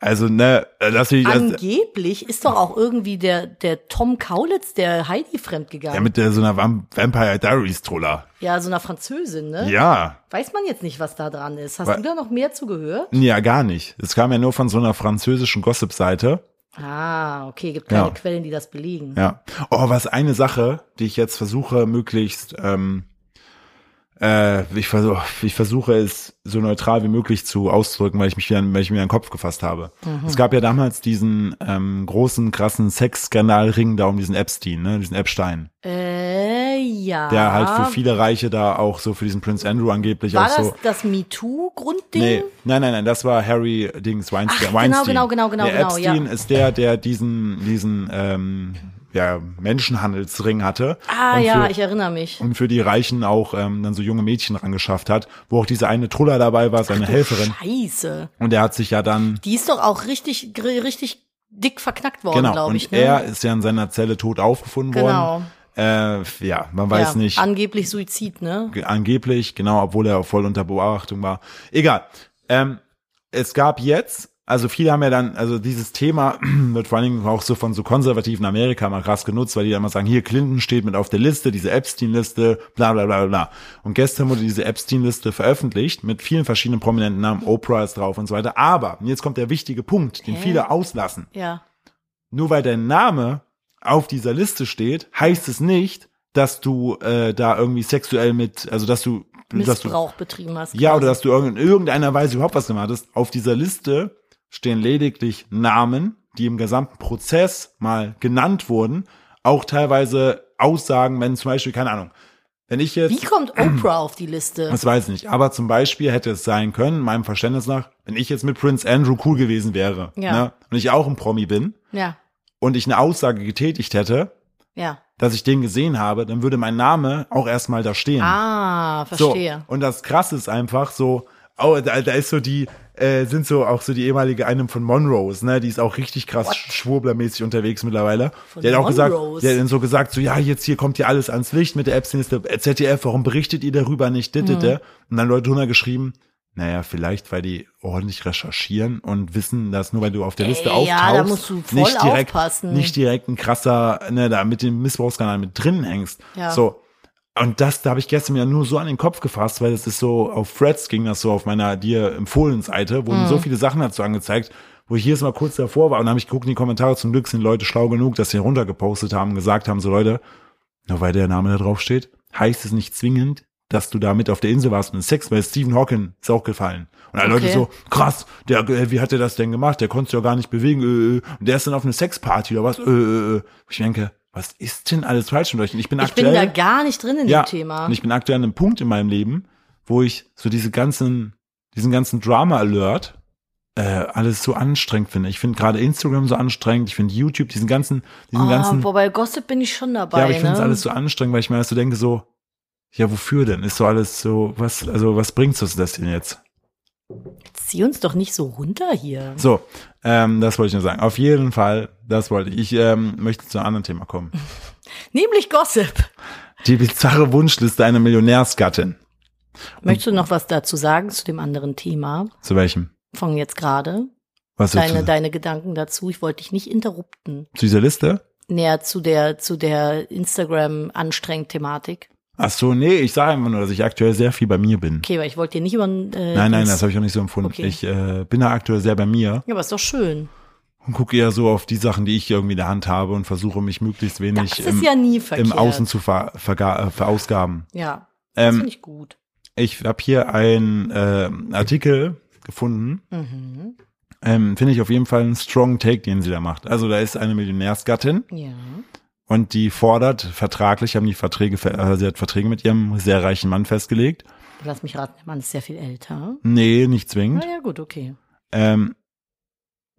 [SPEAKER 2] Also, ne, äh, das will ich. Das,
[SPEAKER 3] Angeblich ist doch auch irgendwie der, der Tom Kaulitz, der Heidi fremdgegangen.
[SPEAKER 2] ja, mit der, so einer Vam- Vampire Diaries Troller.
[SPEAKER 3] ja, so einer Französin, ne?
[SPEAKER 2] Ja.
[SPEAKER 3] Weiß man jetzt nicht, was da dran ist. Hast
[SPEAKER 2] Wa-
[SPEAKER 3] du da noch mehr zugehört?
[SPEAKER 2] Ja, gar nicht. Es kam ja nur von so einer französischen Gossip-Seite.
[SPEAKER 3] Ah, okay, gibt keine
[SPEAKER 2] Ja.
[SPEAKER 3] Quellen, die das belegen.
[SPEAKER 2] Ja. Oh, was eine Sache, die ich jetzt versuche, möglichst, ähm, äh, ich, versuch, ich versuche es so neutral wie möglich zu auszudrücken, weil ich mich wieder, an- weil ich mir an den Kopf gefasst habe. Es gab ja damals diesen ähm, großen, krassen Sexskandalring da um diesen Epstein, ne, diesen Epstein,
[SPEAKER 3] Äh, ja.
[SPEAKER 2] der halt für viele Reiche da auch so für diesen Prince Andrew angeblich
[SPEAKER 3] War
[SPEAKER 2] auch
[SPEAKER 3] das
[SPEAKER 2] so.
[SPEAKER 3] das MeToo-Grundding?
[SPEAKER 2] Nee, nein, nein, nein, das war Harry Dings Weinstein.
[SPEAKER 3] Ach, genau,
[SPEAKER 2] Weinstein.
[SPEAKER 3] genau, genau, genau,
[SPEAKER 2] der
[SPEAKER 3] genau,
[SPEAKER 2] Epstein
[SPEAKER 3] ja.
[SPEAKER 2] ist der, der diesen, diesen ähm, ja, Menschenhandelsring hatte.
[SPEAKER 3] Ah
[SPEAKER 2] und
[SPEAKER 3] ja,
[SPEAKER 2] für,
[SPEAKER 3] ich erinnere mich.
[SPEAKER 2] Und für die Reichen auch ähm, dann so junge Mädchen rangeschafft hat, wo auch diese eine Truller dabei war, seine Helferin.
[SPEAKER 3] Scheiße.
[SPEAKER 2] Und der hat sich ja dann,
[SPEAKER 3] Die ist doch auch richtig, gr- richtig dick verknackt worden,
[SPEAKER 2] genau,
[SPEAKER 3] glaube
[SPEAKER 2] und
[SPEAKER 3] ich. Ne?
[SPEAKER 2] er ist ja in seiner Zelle tot aufgefunden
[SPEAKER 3] Genau.
[SPEAKER 2] worden. Äh, ja, man weiß
[SPEAKER 3] ja,
[SPEAKER 2] nicht.
[SPEAKER 3] Angeblich Suizid, ne?
[SPEAKER 2] Ge- angeblich, genau, obwohl er voll unter Beobachtung war. Egal. Ähm, es gab jetzt, also viele haben ja dann, also dieses Thema wird vor allen Dingen auch so von so konservativen Amerika mal krass genutzt, weil die dann mal sagen, hier Clinton steht mit auf der Liste, diese Epstein-Liste, bla bla bla bla, bla. Und gestern wurde diese Epstein-Liste veröffentlicht mit vielen verschiedenen prominenten Namen, Oprah ist drauf und so weiter. Aber, und jetzt kommt der wichtige Punkt, den viele auslassen.
[SPEAKER 3] Ja.
[SPEAKER 2] Nur weil dein Name auf dieser Liste steht, heißt es nicht, dass du äh, da irgendwie sexuell mit, also dass du dass du,
[SPEAKER 3] Missbrauch betrieben hast.
[SPEAKER 2] ja,
[SPEAKER 3] quasi.
[SPEAKER 2] oder dass du irgend- in irgendeiner Weise überhaupt was gemacht hast. Auf dieser Liste stehen lediglich Namen, die im gesamten Prozess mal genannt wurden. Auch teilweise Aussagen, wenn zum Beispiel, keine Ahnung, wenn ich jetzt.
[SPEAKER 3] Wie kommt Oprah auf die Liste?
[SPEAKER 2] Das weiß ich nicht. Aber zum Beispiel hätte es sein können, meinem Verständnis nach, wenn ich jetzt mit Prince Andrew cool gewesen wäre
[SPEAKER 3] Ja.
[SPEAKER 2] ne, und ich auch ein Promi bin
[SPEAKER 3] Ja,
[SPEAKER 2] und ich eine Aussage getätigt hätte,
[SPEAKER 3] ja.
[SPEAKER 2] dass ich den gesehen habe, dann würde mein Name auch erstmal da stehen.
[SPEAKER 3] Ah, verstehe.
[SPEAKER 2] So, und das Krasse ist einfach so, oh, da, da ist so die, äh, sind so auch so die ehemalige einem von Monroes, ne? Die ist auch richtig krass schwurblermäßig unterwegs mittlerweile. die hat auch
[SPEAKER 3] Monroes?
[SPEAKER 2] gesagt, die hat dann so gesagt, so ja, jetzt hier kommt hier alles ans Licht mit der Epstein-Liste, ZDF, warum berichtet ihr darüber nicht? Dit,
[SPEAKER 3] Mhm.
[SPEAKER 2] dit, dit. Und dann Leute drunter geschrieben, naja, vielleicht, weil die ordentlich recherchieren und wissen, dass nur weil du auf der Liste
[SPEAKER 3] Ey, ja,
[SPEAKER 2] auftauchst,
[SPEAKER 3] da musst du voll
[SPEAKER 2] nicht direkt,
[SPEAKER 3] aufpassen.
[SPEAKER 2] nicht direkt ein krasser, ne, da mit dem Missbrauchskanal mit drin hängst.
[SPEAKER 3] Ja.
[SPEAKER 2] So. Und das, da habe ich gestern mir nur so an den Kopf gefasst, weil das ist so, auf Threads ging das so auf meiner dir empfohlen Seite, wurden so viele Sachen dazu angezeigt, wo ich jedes Mal kurz davor war und habe ich geguckt in die Kommentare. Zum Glück sind Leute schlau genug, dass sie runtergepostet haben, gesagt haben, so Leute, nur weil der Name da drauf steht, heißt es nicht zwingend, dass du da mit auf der Insel warst und Sex, weil Stephen Hawking ist auch gefallen. Und alle Leute
[SPEAKER 3] Okay.
[SPEAKER 2] so, krass, der, äh, wie hat der das denn gemacht? Der konnte sich ja gar nicht bewegen. Äh, äh. Und der ist dann auf eine Sexparty oder was? Äh, äh, äh. Ich denke, was ist denn alles falsch mit euch? Und ich bin
[SPEAKER 3] ich bin
[SPEAKER 2] aktuell,
[SPEAKER 3] da gar nicht drin in
[SPEAKER 2] ja,
[SPEAKER 3] dem Thema.
[SPEAKER 2] und ich bin aktuell an einem Punkt in meinem Leben, wo ich so diese ganzen, diesen ganzen Drama-Alert äh, alles so anstrengend finde. Ich finde gerade Instagram so anstrengend, ich finde YouTube, diesen ganzen, diesen
[SPEAKER 3] Ah,
[SPEAKER 2] ganzen
[SPEAKER 3] wobei Gossip bin ich schon dabei.
[SPEAKER 2] ja, aber ich finde es
[SPEAKER 3] ne?
[SPEAKER 2] alles so anstrengend, weil ich mir erst so denke, so, ja, wofür denn? Ist so alles so, was, also was bringt uns das denn jetzt?
[SPEAKER 3] Zieh uns doch nicht so runter hier.
[SPEAKER 2] So, ähm, das wollte ich nur sagen. Auf jeden Fall, das wollte ich. Ich ähm, möchte zu einem anderen Thema kommen.
[SPEAKER 3] Nämlich Gossip.
[SPEAKER 2] Die bizarre Wunschliste einer Millionärsgattin.
[SPEAKER 3] Möchtest du noch was dazu sagen zu dem anderen Thema?
[SPEAKER 2] Zu welchem?
[SPEAKER 3] Von jetzt gerade.
[SPEAKER 2] Was willst
[SPEAKER 3] Deine,
[SPEAKER 2] du?
[SPEAKER 3] deine Gedanken dazu. Ich wollte dich nicht interrupten.
[SPEAKER 2] Zu dieser Liste?
[SPEAKER 3] Näher zu der, zu der Instagram-Anstrengend-Thematik.
[SPEAKER 2] Ach so, nee, ich sage einfach nur, dass ich aktuell sehr viel bei mir bin.
[SPEAKER 3] Okay, weil ich wollte dir nicht über. Äh,
[SPEAKER 2] Nein, nein, das habe ich auch nicht so empfunden.
[SPEAKER 3] Okay.
[SPEAKER 2] Ich äh, bin da aktuell sehr bei mir
[SPEAKER 3] Ja, aber ist doch schön.
[SPEAKER 2] und gucke eher so auf die Sachen, die ich irgendwie in der Hand habe und versuche mich möglichst wenig
[SPEAKER 3] das ist
[SPEAKER 2] im,
[SPEAKER 3] ja nie
[SPEAKER 2] im
[SPEAKER 3] verkehrt.
[SPEAKER 2] Außen zu ver, verga, äh, verausgaben.
[SPEAKER 3] Ja, das
[SPEAKER 2] Ähm,
[SPEAKER 3] finde ich gut.
[SPEAKER 2] ich habe hier einen äh, Artikel gefunden.
[SPEAKER 3] Mhm.
[SPEAKER 2] Ähm, Finde ich auf jeden Fall einen strong Take, den sie da macht. Also da ist eine Millionärsgattin
[SPEAKER 3] Ja.
[SPEAKER 2] und die fordert vertraglich, haben die Verträge, ver- äh, sie hat Verträge mit ihrem sehr reichen Mann festgelegt.
[SPEAKER 3] Lass mich raten, der Mann ist sehr viel älter.
[SPEAKER 2] Nee, nicht zwingend.
[SPEAKER 3] Na ja, gut, okay.
[SPEAKER 2] Ähm,
[SPEAKER 3] Mhm.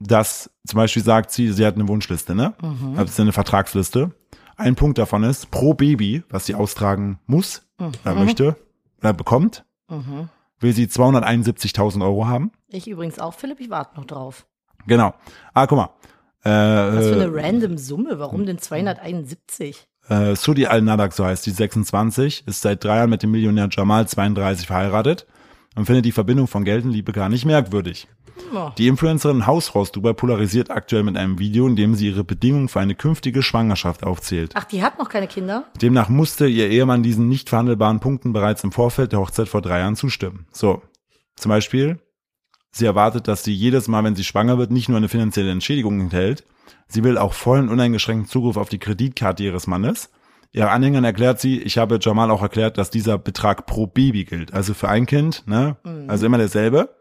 [SPEAKER 2] dass zum Beispiel sagt sie, sie hat eine Wunschliste, ne? Also eine Vertragsliste. Ein Punkt davon ist, pro Baby, was sie austragen muss,
[SPEAKER 3] Mhm.
[SPEAKER 2] äh, möchte, oder bekommt, will sie 271.000 Euro haben.
[SPEAKER 3] Ich übrigens auch, Philipp, ich warte noch drauf.
[SPEAKER 2] Genau. Ah, guck mal. Äh, hm.
[SPEAKER 3] Was für eine random Summe, warum denn 271?
[SPEAKER 2] Äh, Sudi Al-Nadak, so heißt die 26, ist seit drei Jahren mit dem Millionär Jamal 32 verheiratet und findet die Verbindung von Geld und Liebe gar nicht merkwürdig. Die Influencerin Hausfrau aus Dubai polarisiert aktuell mit einem Video, in dem sie ihre Bedingungen für eine künftige Schwangerschaft aufzählt.
[SPEAKER 3] Ach, die hat noch keine Kinder?
[SPEAKER 2] Demnach musste ihr Ehemann diesen nicht verhandelbaren Punkten bereits im Vorfeld der Hochzeit vor drei Jahren zustimmen. So, zum Beispiel, sie erwartet, dass sie jedes Mal, wenn sie schwanger wird, nicht nur eine finanzielle Entschädigung enthält, sie will auch vollen uneingeschränkten Zugriff auf die Kreditkarte ihres Mannes. Ihre Anhängern erklärt sie, ich habe Jamal auch erklärt, dass dieser Betrag pro Baby gilt. Also für ein Kind, ne? Also immer derselbe.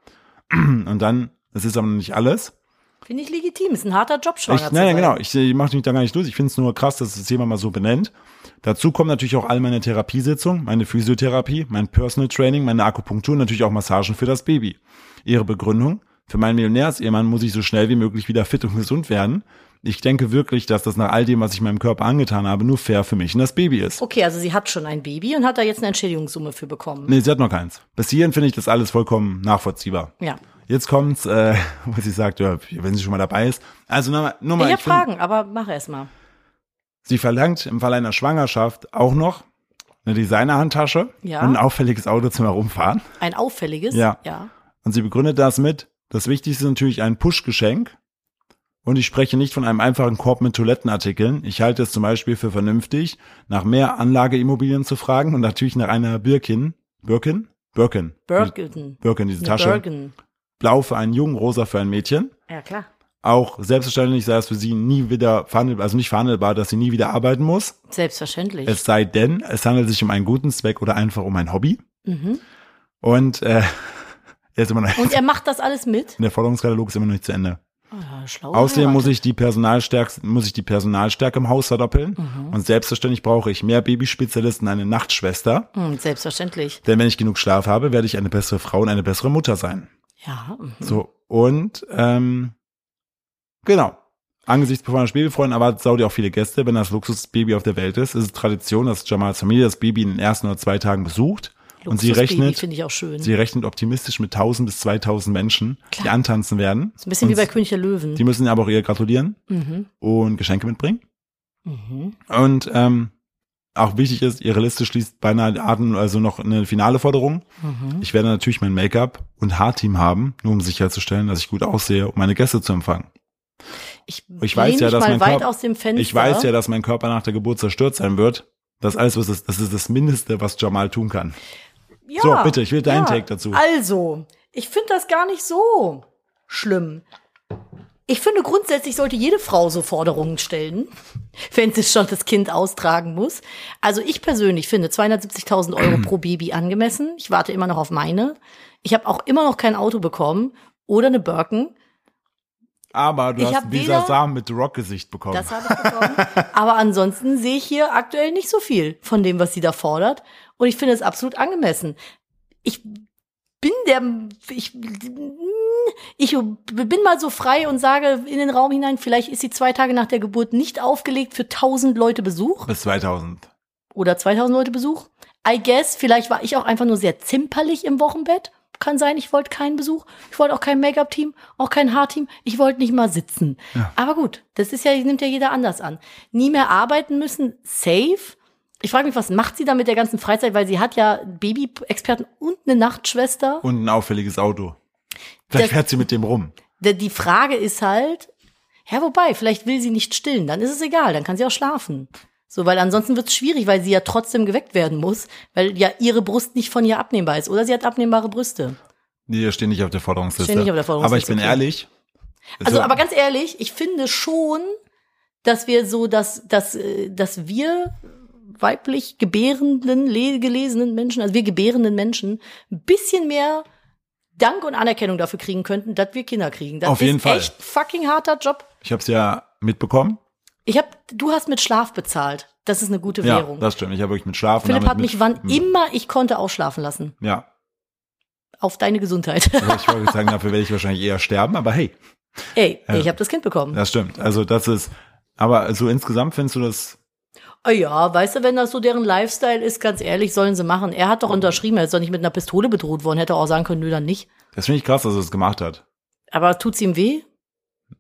[SPEAKER 2] Und dann, es ist aber noch nicht alles.
[SPEAKER 3] Finde ich legitim, ist ein harter Job, schwanger
[SPEAKER 2] Ich,
[SPEAKER 3] zu
[SPEAKER 2] nein, nein,
[SPEAKER 3] sein.
[SPEAKER 2] genau. Ich, ich mache mich da gar nicht los. Ich finde es nur krass, dass es jemand mal so benennt. Dazu kommen natürlich auch all meine Therapiesitzungen, meine Physiotherapie, mein Personal Training, meine Akupunktur und natürlich auch Massagen für das Baby. Ihre Begründung? Für meinen Millionärsehemann muss ich so schnell wie möglich wieder fit und gesund werden. Ich denke wirklich, dass das nach all dem, was ich meinem Körper angetan habe, nur fair für mich und das Baby ist.
[SPEAKER 3] Okay, also sie hat schon ein Baby und hat da jetzt eine Entschädigungssumme für bekommen.
[SPEAKER 2] Nee, sie hat noch keins. Bis hierhin finde ich das alles vollkommen nachvollziehbar.
[SPEAKER 3] Ja.
[SPEAKER 2] Jetzt kommt's, äh, wo sie sagt, ja, wenn sie schon mal dabei ist. Also nochmal, nochmal.
[SPEAKER 3] ich
[SPEAKER 2] ich
[SPEAKER 3] habe
[SPEAKER 2] finde-
[SPEAKER 3] Fragen, aber mach erst mal.
[SPEAKER 2] Sie verlangt im Fall einer Schwangerschaft auch noch eine Designerhandtasche
[SPEAKER 3] Ja.
[SPEAKER 2] und ein auffälliges Auto zum Herumfahren.
[SPEAKER 3] Ein auffälliges?
[SPEAKER 2] Ja.
[SPEAKER 3] ja.
[SPEAKER 2] Und sie begründet das mit, das Wichtigste ist natürlich ein Push-Geschenk. Und ich spreche nicht von einem einfachen Korb mit Toilettenartikeln. Ich halte es zum Beispiel für vernünftig, nach mehr Anlageimmobilien zu fragen und natürlich nach einer Birkin. Birkin? Birkin.
[SPEAKER 3] Bergen.
[SPEAKER 2] Birkin, diese
[SPEAKER 3] Eine
[SPEAKER 2] Tasche.
[SPEAKER 3] Bergen.
[SPEAKER 2] Blau für einen Jungen, rosa für ein Mädchen.
[SPEAKER 3] Ja, klar.
[SPEAKER 2] Auch selbstverständlich sei es für sie nie wieder verhandelbar, also nicht verhandelbar, dass sie nie wieder arbeiten muss.
[SPEAKER 3] Selbstverständlich.
[SPEAKER 2] Es sei denn, es handelt sich um einen guten Zweck oder einfach um ein Hobby. Und äh, jetzt immer noch,
[SPEAKER 3] und er macht das alles mit?
[SPEAKER 2] der Forderungskatalog ist immer noch nicht zu Ende.
[SPEAKER 3] Ah, schlau.
[SPEAKER 2] Außerdem muss ich die Personalstärke, muss ich die Personalstärke im Haus verdoppeln. Und selbstverständlich brauche ich mehr Babyspezialisten, eine Nachtschwester.
[SPEAKER 3] Hm, Selbstverständlich.
[SPEAKER 2] Denn wenn ich genug Schlaf habe, werde ich eine bessere Frau und eine bessere Mutter sein.
[SPEAKER 3] Ja. mhm.
[SPEAKER 2] So, und ähm, genau. Angesichts befreundeter Spielfreunde erwartet Saudi auch viele Gäste. Wenn das Luxusbaby auf der Welt ist, ist es Tradition, dass Jamals Familie das Baby in den ersten oder zwei Tagen besucht. und sie
[SPEAKER 3] Luxusbaby
[SPEAKER 2] rechnet,
[SPEAKER 3] finde ich auch schön.
[SPEAKER 2] sie rechnet optimistisch mit 1000 bis 2000 Menschen, die antanzen werden.
[SPEAKER 3] Ist ein bisschen wie
[SPEAKER 2] und
[SPEAKER 3] bei König der Löwen. Mhm,
[SPEAKER 2] Die müssen aber auch ihr gratulieren und Geschenke mitbringen. Und ähm, auch wichtig ist, ihre Liste schließt beinahe Arten, also noch eine finale Forderung.
[SPEAKER 3] Mhm.
[SPEAKER 2] Ich werde natürlich mein Make-up und Haarteam haben, nur um sicherzustellen, dass ich gut aussehe, um meine Gäste zu empfangen.
[SPEAKER 3] ich
[SPEAKER 2] Ich weiß
[SPEAKER 3] lehn
[SPEAKER 2] ja,
[SPEAKER 3] mich
[SPEAKER 2] dass
[SPEAKER 3] mal
[SPEAKER 2] mein
[SPEAKER 3] weit
[SPEAKER 2] Körper,
[SPEAKER 3] aus dem Fenster.
[SPEAKER 2] ich weiß ja, dass mein Körper nach der Geburt zerstört sein wird. Das alles, was ist, das ist das Mindeste, was Jamal tun kann.
[SPEAKER 3] Ja,
[SPEAKER 2] So, bitte, ich will deinen Take dazu.
[SPEAKER 3] Also, ich finde das gar nicht so schlimm. Ich finde grundsätzlich sollte jede Frau so Forderungen stellen, wenn sie schon das Kind austragen muss. Also ich persönlich finde 270.000 Euro pro Baby angemessen. Ich warte immer noch auf meine. Ich habe auch immer noch kein Auto bekommen oder eine Birken.
[SPEAKER 2] Aber du
[SPEAKER 3] Ich
[SPEAKER 2] hast
[SPEAKER 3] hab
[SPEAKER 2] dieser
[SPEAKER 3] weder-
[SPEAKER 2] Samen mit Rock-Gesicht bekommen.
[SPEAKER 3] Das habe ich bekommen. Aber ansonsten sehe ich hier aktuell nicht so viel von dem, was sie da fordert. Und ich finde es absolut angemessen. Ich bin der, ich, ich bin mal so frei und sage in den Raum hinein, vielleicht ist sie zwei Tage nach der Geburt nicht aufgelegt für 1000 Leute Besuch
[SPEAKER 2] Bis 2000.
[SPEAKER 3] oder 2000 Leute Besuch. I guess, vielleicht war ich auch einfach nur sehr zimperlich im Wochenbett. Kann sein, ich wollte keinen Besuch. Ich wollte auch kein Make-up-Team, auch kein Haarteam. Ich wollte nicht mal sitzen. Aber gut, das ist ja, nimmt ja jeder anders an. Nie mehr arbeiten müssen, safe. Ich frage mich, was macht sie da mit der ganzen Freizeit? Weil sie hat ja Baby-Experten und eine Nachtschwester.
[SPEAKER 2] Und ein auffälliges Auto. Vielleicht
[SPEAKER 3] Das-
[SPEAKER 2] fährt sie mit dem rum.
[SPEAKER 3] Die- Die Frage ist halt, ja, wobei, vielleicht will sie nicht stillen, dann ist es egal, dann kann sie auch schlafen. So, weil ansonsten wird es schwierig, weil sie ja trotzdem geweckt werden muss, weil ja ihre Brust nicht von ihr abnehmbar ist. Oder sie hat abnehmbare Brüste.
[SPEAKER 2] Nee, wir stehen nicht auf der Forderungsliste.
[SPEAKER 3] Stehen nicht auf der Forderungsliste,
[SPEAKER 2] Aber ich bin
[SPEAKER 3] okay.
[SPEAKER 2] ehrlich.
[SPEAKER 3] Also, aber ganz ehrlich, ich finde schon, dass wir so, dass, dass, äh, dass wir weiblich gebärenden, le- gelesenen Menschen, also wir gebärenden Menschen, ein bisschen mehr Dank und Anerkennung dafür kriegen könnten, dass wir Kinder kriegen. Das
[SPEAKER 2] Auf jeden
[SPEAKER 3] ist
[SPEAKER 2] Fall.
[SPEAKER 3] echt fucking harter Job.
[SPEAKER 2] Ich habe es ja mitbekommen.
[SPEAKER 3] Ich hab, du hast mit Schlaf bezahlt. Das ist eine gute
[SPEAKER 2] Ja,
[SPEAKER 3] Währung.
[SPEAKER 2] das stimmt. Ich habe wirklich mit Schlafen.
[SPEAKER 3] Philipp
[SPEAKER 2] damit
[SPEAKER 3] hat
[SPEAKER 2] mit-
[SPEAKER 3] mich wann
[SPEAKER 2] hm,
[SPEAKER 3] immer ich konnte ausschlafen lassen.
[SPEAKER 2] Ja, also
[SPEAKER 3] Auf deine Gesundheit.
[SPEAKER 2] ich wollte sagen, dafür werde ich wahrscheinlich eher sterben. Aber hey,
[SPEAKER 3] Ey, ich habe das Kind bekommen.
[SPEAKER 2] das stimmt. Also das ist. Aber so insgesamt findest du das
[SPEAKER 3] Ah ja, weißt du, wenn das so deren Lifestyle ist, ganz ehrlich, sollen sie machen. Er hat doch unterschrieben, er ist doch nicht mit einer Pistole bedroht worden, hätte auch sagen können, nö, dann nicht.
[SPEAKER 2] Das finde ich krass, dass er es gemacht hat.
[SPEAKER 3] Aber tut's ihm weh?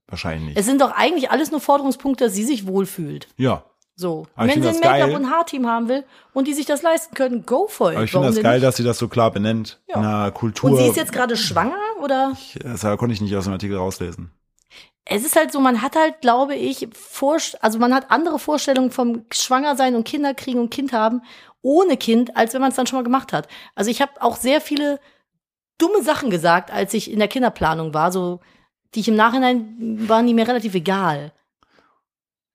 [SPEAKER 2] Wahrscheinlich nicht.
[SPEAKER 3] Es sind doch eigentlich alles nur Forderungspunkte, dass sie sich wohlfühlt.
[SPEAKER 2] ja.
[SPEAKER 3] So.
[SPEAKER 2] Aber ich find
[SPEAKER 3] wenn sie ein
[SPEAKER 2] das geil.
[SPEAKER 3] Make-up und Haarteam haben will und die sich das leisten können, go for it.
[SPEAKER 2] Aber ich finde
[SPEAKER 3] Warum
[SPEAKER 2] das
[SPEAKER 3] denn
[SPEAKER 2] geil,
[SPEAKER 3] nicht?
[SPEAKER 2] dass sie das so klar benennt.
[SPEAKER 3] Ja.
[SPEAKER 2] Ja. Na, Kultur.
[SPEAKER 3] Und sie ist jetzt gerade schwanger oder?
[SPEAKER 2] das konnte ich nicht aus dem Artikel rauslesen.
[SPEAKER 3] Es ist halt so, man hat halt, glaube ich, vor, also man hat andere Vorstellungen vom Schwangersein und Kinderkriegen und Kind haben ohne Kind, als wenn man es dann schon mal gemacht hat. Also ich habe auch sehr viele dumme Sachen gesagt, als ich in der Kinderplanung war, so die ich im Nachhinein waren die mir relativ egal.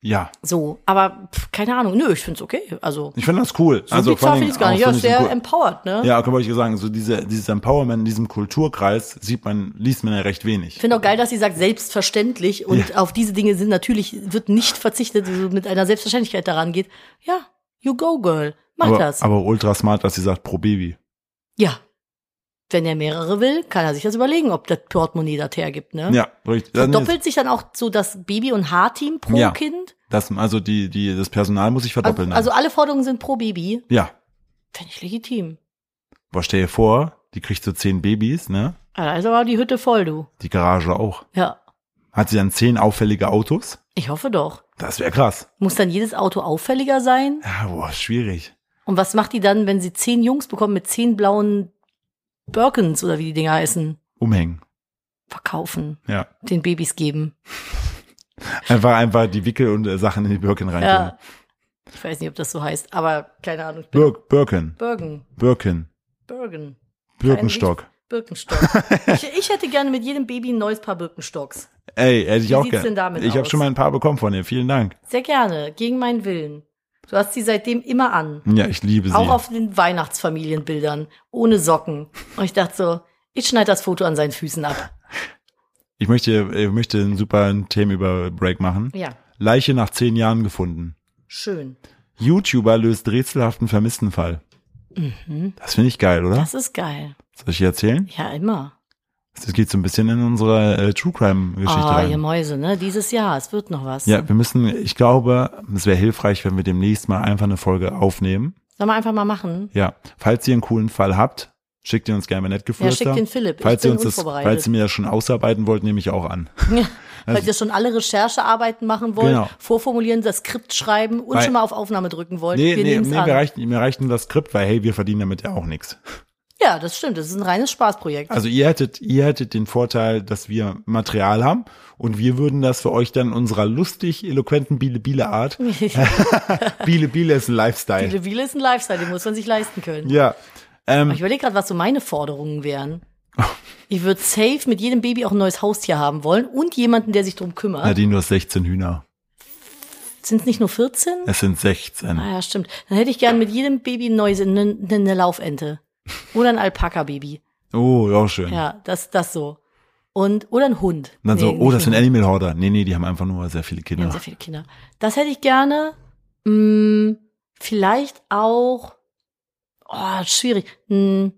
[SPEAKER 2] Ja,
[SPEAKER 3] So, aber pf, keine Ahnung. Nö, ich find's okay. Also
[SPEAKER 2] ich finde das cool.
[SPEAKER 3] so
[SPEAKER 2] also
[SPEAKER 3] bizarr
[SPEAKER 2] vor
[SPEAKER 3] finde
[SPEAKER 2] allem
[SPEAKER 3] ich's gar nicht.
[SPEAKER 2] auch
[SPEAKER 3] Ja,
[SPEAKER 2] so
[SPEAKER 3] sehr
[SPEAKER 2] diesen Kul-
[SPEAKER 3] empowered, ne?
[SPEAKER 2] ja, kann ich sagen, so diese, dieses Empowerment in diesem Kulturkreis sieht man, liest man ja recht wenig.
[SPEAKER 3] Ich finde auch geil, dass sie sagt, selbstverständlich und auf diese Dinge sind natürlich, wird nicht verzichtet, so mit einer Selbstverständlichkeit daran geht. Ja, you go, girl. Mach
[SPEAKER 2] aber,
[SPEAKER 3] das.
[SPEAKER 2] aber ultra smart, dass sie sagt pro Baby.
[SPEAKER 3] ja. Wenn er mehrere will, kann er sich das überlegen, ob das Portemonnaie das hergibt, ne?
[SPEAKER 2] Ja, richtig. Dann ist-
[SPEAKER 3] Doppelt sich dann auch so das Baby- und Haarteam pro
[SPEAKER 2] Ja.
[SPEAKER 3] Kind?
[SPEAKER 2] Das, also die, die, das Personal muss sich
[SPEAKER 3] Also,
[SPEAKER 2] verdoppeln.
[SPEAKER 3] also alle Forderungen sind pro Baby.
[SPEAKER 2] ja.
[SPEAKER 3] Finde ich legitim.
[SPEAKER 2] Boah, stell dir vor, die kriegt so zehn Babys, ne?
[SPEAKER 3] Ah, Da ist aber die Hütte voll, du.
[SPEAKER 2] Die Garage auch.
[SPEAKER 3] Ja.
[SPEAKER 2] Hat sie dann zehn auffällige Autos?
[SPEAKER 3] Ich hoffe doch.
[SPEAKER 2] Das wäre krass.
[SPEAKER 3] Muss dann jedes Auto auffälliger sein?
[SPEAKER 2] Ja, boah, schwierig.
[SPEAKER 3] Und was macht die dann, wenn sie zehn Jungs bekommt mit zehn blauen Birkens oder wie die Dinger heißen?
[SPEAKER 2] Umhängen.
[SPEAKER 3] Verkaufen,
[SPEAKER 2] Ja.
[SPEAKER 3] den Babys geben.
[SPEAKER 2] Einfach, einfach die Wickel und äh, Sachen in die Birken rein.
[SPEAKER 3] Ja. Ich weiß nicht, ob das so heißt, aber keine Ahnung.
[SPEAKER 2] Bir Birken.
[SPEAKER 3] Birken,
[SPEAKER 2] Birken.
[SPEAKER 3] Birken,
[SPEAKER 2] Birkenstock.
[SPEAKER 3] Birkenstock. ich, ich hätte gerne mit jedem Baby ein neues Paar Birkenstocks.
[SPEAKER 2] Ey, hätte ich
[SPEAKER 3] Wie
[SPEAKER 2] auch
[SPEAKER 3] sieht's
[SPEAKER 2] gerne.
[SPEAKER 3] denn damit
[SPEAKER 2] ich habe
[SPEAKER 3] aus?
[SPEAKER 2] schon mal ein paar bekommen von dir. Vielen Dank.
[SPEAKER 3] Sehr gerne, gegen meinen Willen. Du hast sie seitdem immer an.
[SPEAKER 2] Ja, ich liebe sie.
[SPEAKER 3] Auch auf den Weihnachtsfamilienbildern, ohne Socken. Und ich dachte so, ich schneide das Foto an seinen Füßen ab.
[SPEAKER 2] ich möchte, ich möchte einen super Thema über Break machen.
[SPEAKER 3] Ja,
[SPEAKER 2] Leiche nach zehn Jahren gefunden.
[SPEAKER 3] schön.
[SPEAKER 2] YouTuber löst rätselhaften Vermisstenfall.
[SPEAKER 3] Mhm.
[SPEAKER 2] Das finde ich geil, oder?
[SPEAKER 3] Das ist geil.
[SPEAKER 2] Soll ich dir erzählen?
[SPEAKER 3] Ja, immer.
[SPEAKER 2] Das geht so ein bisschen in unsere äh, True Crime Geschichte
[SPEAKER 3] Ah, ihr
[SPEAKER 2] rein.
[SPEAKER 3] Mäuse, ne? Dieses Jahr, es wird noch was.
[SPEAKER 2] Ja, wir müssen, ich glaube, es wäre hilfreich, wenn wir demnächst mal einfach eine Folge aufnehmen.
[SPEAKER 3] Sollen wir einfach mal machen?
[SPEAKER 2] Ja, falls ihr einen coolen Fall habt, schickt ihn uns gerne mal nett geflüstert.
[SPEAKER 3] Ja, schickt den Philipp. Ich
[SPEAKER 2] Falls ihr
[SPEAKER 3] bin
[SPEAKER 2] uns das,
[SPEAKER 3] unvorbereitet.
[SPEAKER 2] falls ihr mir das schon ausarbeiten wollt, nehme ich auch an.
[SPEAKER 3] Weil ihr schon alle Recherchearbeiten machen wollt,
[SPEAKER 2] also Genau.
[SPEAKER 3] vorformulieren, das Skript schreiben und
[SPEAKER 2] Weil-
[SPEAKER 3] schon mal auf Aufnahme drücken wollt.
[SPEAKER 2] Nee,
[SPEAKER 3] wir
[SPEAKER 2] nee,
[SPEAKER 3] nehmen's
[SPEAKER 2] nee,
[SPEAKER 3] an.
[SPEAKER 2] mir reicht, mir reicht nur das Skript, weil hey, wir verdienen damit ja auch nichts.
[SPEAKER 3] Ja, das stimmt. Das ist ein reines Spaßprojekt.
[SPEAKER 2] Also ihr hättet, ihr hättet den Vorteil, dass wir Material haben und wir würden das für euch dann in unserer lustig eloquenten Biele Biele Art. Biele Biele ist ein Lifestyle.
[SPEAKER 3] Die Wille ist ein Lifestyle, den muss man sich leisten können.
[SPEAKER 2] Ja. Ähm,
[SPEAKER 3] Aber ich überlege gerade, was so meine Forderungen wären.
[SPEAKER 2] Oh.
[SPEAKER 3] Ich würde safe mit jedem Baby auch ein neues Haustier haben wollen und jemanden, der sich drum kümmert.
[SPEAKER 2] Nadine, du hast 16 Hühner.
[SPEAKER 3] Sind es nicht nur 14?
[SPEAKER 2] Es sind 16.
[SPEAKER 3] Ah ja, stimmt. Dann hätte ich gern mit jedem Baby ein neues, eine, eine Laufente. Oder ein Alpaka-Baby.
[SPEAKER 2] Oh, auch schön.
[SPEAKER 3] Ja, das, das so. Und, oder ein Hund.
[SPEAKER 2] Und dann so,
[SPEAKER 3] Nee,
[SPEAKER 2] oh,
[SPEAKER 3] nicht
[SPEAKER 2] das sind
[SPEAKER 3] ein Hund.
[SPEAKER 2] Animal Horder. Nee, nee, die haben einfach nur sehr viele
[SPEAKER 3] Die haben
[SPEAKER 2] Kinder.
[SPEAKER 3] sehr viele Kinder. Das hätte ich gerne. Mh, vielleicht auch. Oh, schwierig. Hm,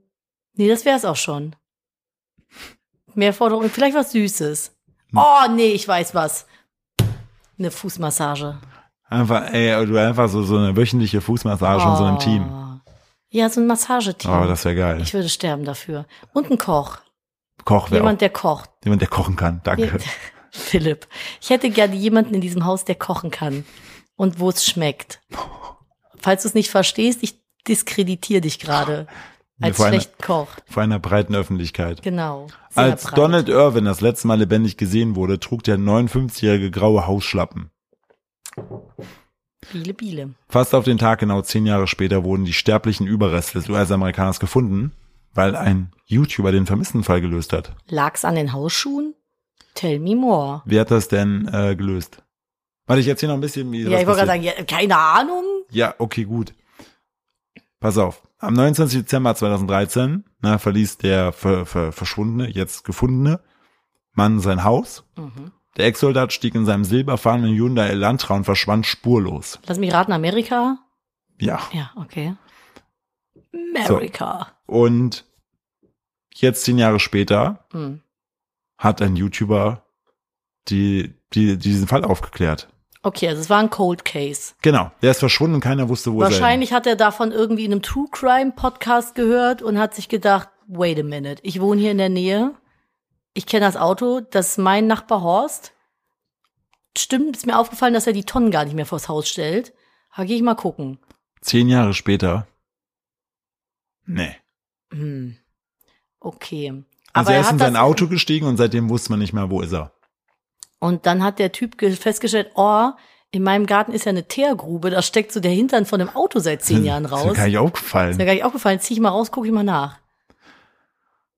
[SPEAKER 3] nee, das wäre es auch schon. Mehr Forderungen. Vielleicht was Süßes.
[SPEAKER 2] Hm.
[SPEAKER 3] Oh, nee, ich weiß was. Eine Fußmassage.
[SPEAKER 2] Einfach, ey, du einfach so, so eine wöchentliche Fußmassage in so einem Team.
[SPEAKER 3] Ja, so ein Massageteam.
[SPEAKER 2] Oh, das wäre geil.
[SPEAKER 3] Oh. ich würde sterben dafür. Und ein Koch.
[SPEAKER 2] Koch wäre jemand,
[SPEAKER 3] Jemand, der kocht.
[SPEAKER 2] jemand, der kochen kann. Danke.
[SPEAKER 3] Philipp. Ich hätte gerne jemanden in diesem Haus, der kochen kann und wo es schmeckt. Falls du es nicht verstehst, ich diskreditiere dich gerade als
[SPEAKER 2] vor allem-
[SPEAKER 3] schlechten Koch.
[SPEAKER 2] Vor einer breiten Öffentlichkeit.
[SPEAKER 3] Genau. Sehr
[SPEAKER 2] Als
[SPEAKER 3] breit.
[SPEAKER 2] Donald Irwin das letzte Mal lebendig gesehen wurde, trug der 59-jährige graue Hausschlappen.
[SPEAKER 3] Biele, Biele.
[SPEAKER 2] Fast auf den Tag genau zehn Jahre später wurden die sterblichen Überreste des US-Amerikaners gefunden, weil ein YouTuber den Vermisstenfall gelöst hat.
[SPEAKER 3] Lag's an den Hausschuhen? Tell me more.
[SPEAKER 2] Wer hat das denn äh, gelöst? Warte, ich erzähle noch ein bisschen, wie
[SPEAKER 3] ja,
[SPEAKER 2] das
[SPEAKER 3] ich wollte
[SPEAKER 2] passiert.
[SPEAKER 3] gerade sagen, ja, keine Ahnung.
[SPEAKER 2] Ja, okay, gut. Pass auf. Am 29. Dezember 2013 na, verließ der ver, ver, verschwundene, jetzt gefundene Mann sein Haus.
[SPEAKER 3] Mhm.
[SPEAKER 2] Der Ex-Soldat stieg in seinem silberfahrenden Hyundai Elantra und verschwand spurlos.
[SPEAKER 3] Lass mich raten, Amerika?
[SPEAKER 2] Ja.
[SPEAKER 3] Ja, okay. Amerika.
[SPEAKER 2] Und jetzt zehn Jahre später
[SPEAKER 3] Hm.
[SPEAKER 2] hat ein YouTuber die, die, diesen Fall aufgeklärt.
[SPEAKER 3] Okay, also es war ein Cold Case.
[SPEAKER 2] Genau, der ist verschwunden, keiner wusste, wo
[SPEAKER 3] Wahrscheinlich hat er davon irgendwie in einem True Crime Podcast gehört und hat sich gedacht, wait a minute, ich wohne hier in der Nähe. Ich kenne das Auto, das ist mein Nachbar Horst. Stimmt, ist mir aufgefallen, dass er die Tonnen gar nicht mehr vors Haus stellt. Da gehe ich mal gucken.
[SPEAKER 2] er ist. Zehn Jahre später. Nee.
[SPEAKER 3] Hm. Okay.
[SPEAKER 2] Also er ist in
[SPEAKER 3] das-
[SPEAKER 2] sein Auto gestiegen und seitdem wusste man nicht mehr, wo ist er.
[SPEAKER 3] Und dann hat der Typ ge- festgestellt, oh, in meinem Garten ist ja eine Teergrube, da steckt so der Hintern von dem Auto seit zehn Jahren
[SPEAKER 2] Ist mir
[SPEAKER 3] raus.
[SPEAKER 2] gar nicht
[SPEAKER 3] Ist mir
[SPEAKER 2] aufgefallen.
[SPEAKER 3] gar nicht aufgefallen. Zieh ich mal raus, gucke ich mal nach.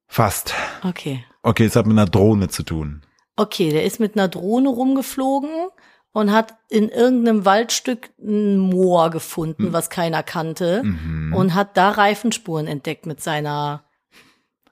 [SPEAKER 2] Fast.
[SPEAKER 3] Okay.
[SPEAKER 2] Okay, es hat mit einer Drohne zu tun.
[SPEAKER 3] Okay, der ist mit einer Drohne rumgeflogen und hat in irgendeinem Waldstück ein Moor
[SPEAKER 2] Hm.
[SPEAKER 3] gefunden, was keiner kannte,
[SPEAKER 2] Mhm.
[SPEAKER 3] und hat da Reifenspuren entdeckt mit seiner.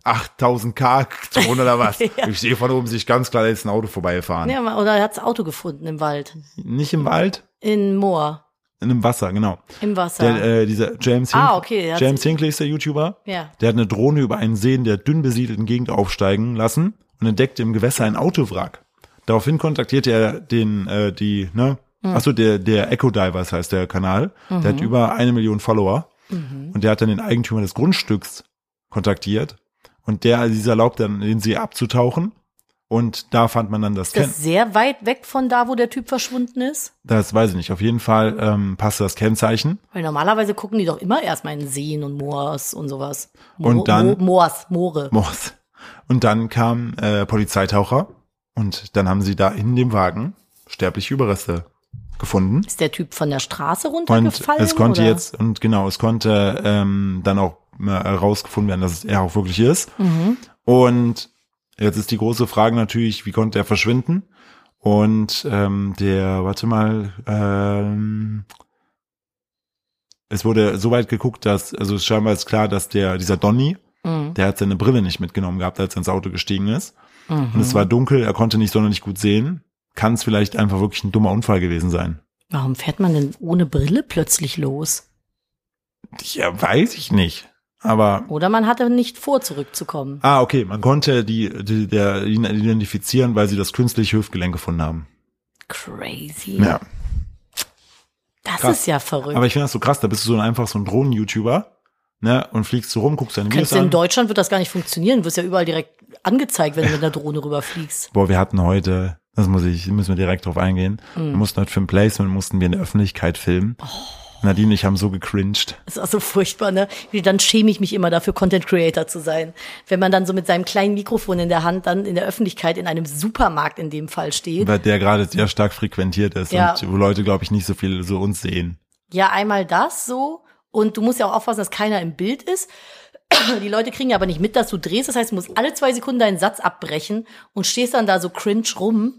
[SPEAKER 2] 8000 K Drohne oder was? Ich sehe von oben sich ganz klar, da ist ein Auto vorbeigefahren.
[SPEAKER 3] Ja, ma- oder er hat das Auto gefunden im Wald,
[SPEAKER 2] Nicht im Wald,
[SPEAKER 3] im Moor,
[SPEAKER 2] in einem Wasser, genau.
[SPEAKER 3] im Wasser.
[SPEAKER 2] Der, äh, dieser James Hinckley,
[SPEAKER 3] Ah, okay, der hat-
[SPEAKER 2] James Hinckley ist der YouTuber.
[SPEAKER 3] Ja.
[SPEAKER 2] Der hat eine Drohne über einen See in der dünn besiedelten Gegend aufsteigen lassen und entdeckte im Gewässer ein Autowrack. Daraufhin kontaktierte er den, äh, die, ne?
[SPEAKER 3] Hm.
[SPEAKER 2] Achso, der, der Echo Divers heißt der Kanal. Der
[SPEAKER 3] Mhm.
[SPEAKER 2] hat über eine Million Follower. Und der hat dann den Eigentümer des Grundstücks kontaktiert. Und der, also dieser erlaubt dann, den See abzutauchen. Und da fand man dann das
[SPEAKER 3] das
[SPEAKER 2] Ken.
[SPEAKER 3] ist sehr weit weg von da, wo der Typ verschwunden ist.
[SPEAKER 2] Das weiß ich nicht. Auf jeden Fall ähm, passte das Kennzeichen.
[SPEAKER 3] Weil normalerweise gucken die doch immer erstmal in Seen und Moors und sowas. Mo
[SPEAKER 2] Und dann-
[SPEAKER 3] Mo Moors, Moore.
[SPEAKER 2] Moors. Und dann kamen äh, Polizeitaucher und dann haben sie da in dem Wagen sterbliche Überreste gefunden.
[SPEAKER 3] ist der Typ von der Straße
[SPEAKER 2] Und
[SPEAKER 3] runtergefallen?
[SPEAKER 2] es konnte
[SPEAKER 3] oder?
[SPEAKER 2] jetzt, und genau, es konnte ähm, dann auch äh, herausgefunden werden, dass es er auch wirklich ist.
[SPEAKER 3] Mhm.
[SPEAKER 2] Und jetzt ist die große Frage natürlich, wie konnte er verschwinden? Und ähm, der, warte mal, ähm, es wurde so weit geguckt, dass, also scheinbar ist klar, dass der, dieser Donny,
[SPEAKER 3] Mhm,
[SPEAKER 2] der hat seine Brille nicht mitgenommen gehabt, als er ins Auto gestiegen ist.
[SPEAKER 3] mhm.
[SPEAKER 2] Und es war dunkel, er konnte nicht sonderlich gut sehen. Kann es vielleicht einfach wirklich ein dummer Unfall gewesen sein?
[SPEAKER 3] Warum fährt man denn ohne Brille plötzlich los?
[SPEAKER 2] Ja, weiß ich nicht. Aber,
[SPEAKER 3] Oder man hatte nicht vor, zurückzukommen.
[SPEAKER 2] ah, okay, man konnte die, die der, ihn identifizieren, weil sie das künstliche Hüftgelenk gefunden haben.
[SPEAKER 3] Crazy.
[SPEAKER 2] Ja.
[SPEAKER 3] das
[SPEAKER 2] krass.
[SPEAKER 3] ist ja verrückt.
[SPEAKER 2] Aber ich finde das so krass, da bist du so ein, einfach so ein Drohnen-YouTuber, ne, und fliegst so rum, guckst deine Videos
[SPEAKER 3] Kannst du in
[SPEAKER 2] an.
[SPEAKER 3] Deutschland wird das gar nicht funktionieren. Du wirst ja überall direkt angezeigt, wenn du mit einer Drohne rüberfliegst.
[SPEAKER 2] Boah, wir hatten heute, das muss ich, müssen wir direkt drauf eingehen.
[SPEAKER 3] Mhm.
[SPEAKER 2] Wir mussten heute für ein Placement, mussten wir in der Öffentlichkeit filmen.
[SPEAKER 3] Oh.
[SPEAKER 2] Nadine und ich haben so gecringed.
[SPEAKER 3] Das ist auch so furchtbar, ne? Wie Dann schäme ich mich immer dafür, Content Creator zu sein. Wenn man dann so mit seinem kleinen Mikrofon in der Hand dann in der Öffentlichkeit in einem Supermarkt in dem Fall steht.
[SPEAKER 2] Weil der gerade sehr stark frequentiert ist
[SPEAKER 3] Ja.
[SPEAKER 2] und wo Leute, glaube ich, nicht so viel so uns sehen.
[SPEAKER 3] Ja, einmal das so. Und du musst ja auch aufpassen, dass keiner im Bild ist. Die Leute kriegen ja aber nicht mit, dass du drehst. Das heißt, du musst alle zwei Sekunden deinen Satz abbrechen und stehst dann da so cringe rum.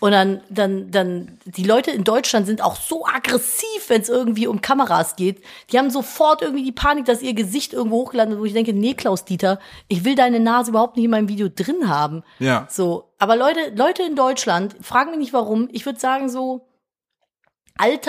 [SPEAKER 3] Und dann, dann, dann, die Leute in Deutschland sind auch so aggressiv, wenn es irgendwie um Kameras geht. Die haben sofort irgendwie die Panik, dass ihr Gesicht irgendwo hochgeladen wird, wo ich denke, nee, Klaus Dieter, ich will deine Nase überhaupt nicht in meinem Video drin haben.
[SPEAKER 2] Ja.
[SPEAKER 3] So. Aber Leute, Leute in Deutschland, fragen mich nicht warum. Ich würde sagen, so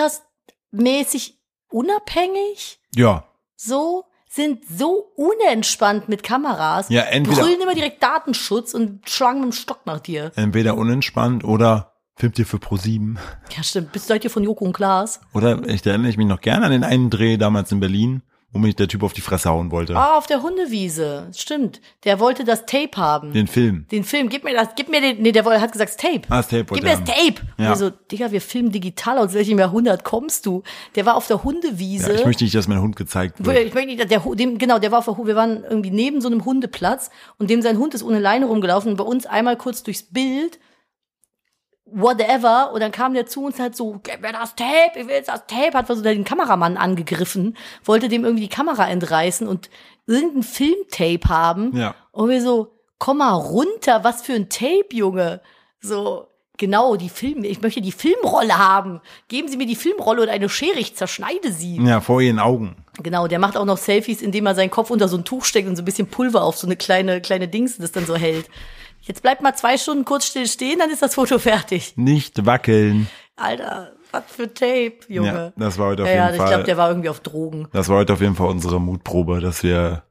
[SPEAKER 3] altersmäßig unabhängig,
[SPEAKER 2] Ja.
[SPEAKER 3] so, sind so unentspannt mit Kameras.
[SPEAKER 2] Ja, entweder-
[SPEAKER 3] Brüllen immer direkt Datenschutz und schlagen mit dem Stock nach dir.
[SPEAKER 2] Entweder unentspannt oder filmt ihr für Pro7.
[SPEAKER 3] Ja, stimmt. Bist du heute von Joko und Klaas?
[SPEAKER 2] Oder ich da erinnere ich mich noch gerne an den einen Dreh damals in Berlin, wo mich der Typ auf die Fresse hauen wollte.
[SPEAKER 3] Ah, auf der Hundewiese. Stimmt. Der wollte das Tape haben.
[SPEAKER 2] Den Film.
[SPEAKER 3] Den Film, gib mir das, gib mir den, nee, der woll- hat gesagt, das Tape.
[SPEAKER 2] Ah, das Tape wollte
[SPEAKER 3] Gib mir das
[SPEAKER 2] er
[SPEAKER 3] Tape.
[SPEAKER 2] Ja.
[SPEAKER 3] Und ich so, Digga, wir filmen digital, aus welchem Jahrhundert kommst du? Der war auf der
[SPEAKER 2] Ja,
[SPEAKER 3] Hundewiese.
[SPEAKER 2] ich möchte nicht, dass mein Hund gezeigt
[SPEAKER 3] Wo-
[SPEAKER 2] wird.
[SPEAKER 3] Ich möchte nicht, dass der, Hu- dem, genau, der war auf der, Hu- wir waren irgendwie neben so einem Hundeplatz und dem sein Hund ist ohne Leine rumgelaufen und bei uns einmal kurz durchs Bild, whatever, und dann kam der zu uns und hat so, gib mir das Tape, ich will jetzt das Tape, hat versucht, den Kameramann angegriffen, wollte dem irgendwie die Kamera entreißen und irgendein Filmtape haben.
[SPEAKER 2] Ja.
[SPEAKER 3] Und wir so, komm mal runter, was für ein Tape, Junge. So, genau, die Film, ich möchte die Filmrolle haben. Geben Sie mir die Filmrolle und eine Schere, ich zerschneide sie.
[SPEAKER 2] Ja, vor ihren Augen.
[SPEAKER 3] Genau, der macht auch noch Selfies, indem er seinen Kopf unter so ein Tuch steckt und so ein bisschen Pulver auf so eine kleine, kleine Dings, das dann so hält. Jetzt bleibt mal zwei Stunden kurz still stehen, dann ist das Foto fertig.
[SPEAKER 2] Nicht wackeln.
[SPEAKER 3] Alter, was für Tape, Junge.
[SPEAKER 2] Ja, das war heute auf
[SPEAKER 3] Ja,
[SPEAKER 2] jeden
[SPEAKER 3] ich glaube,
[SPEAKER 2] Fall.
[SPEAKER 3] der war irgendwie auf Drogen.
[SPEAKER 2] Das war heute auf jeden Fall unsere Mutprobe, dass wir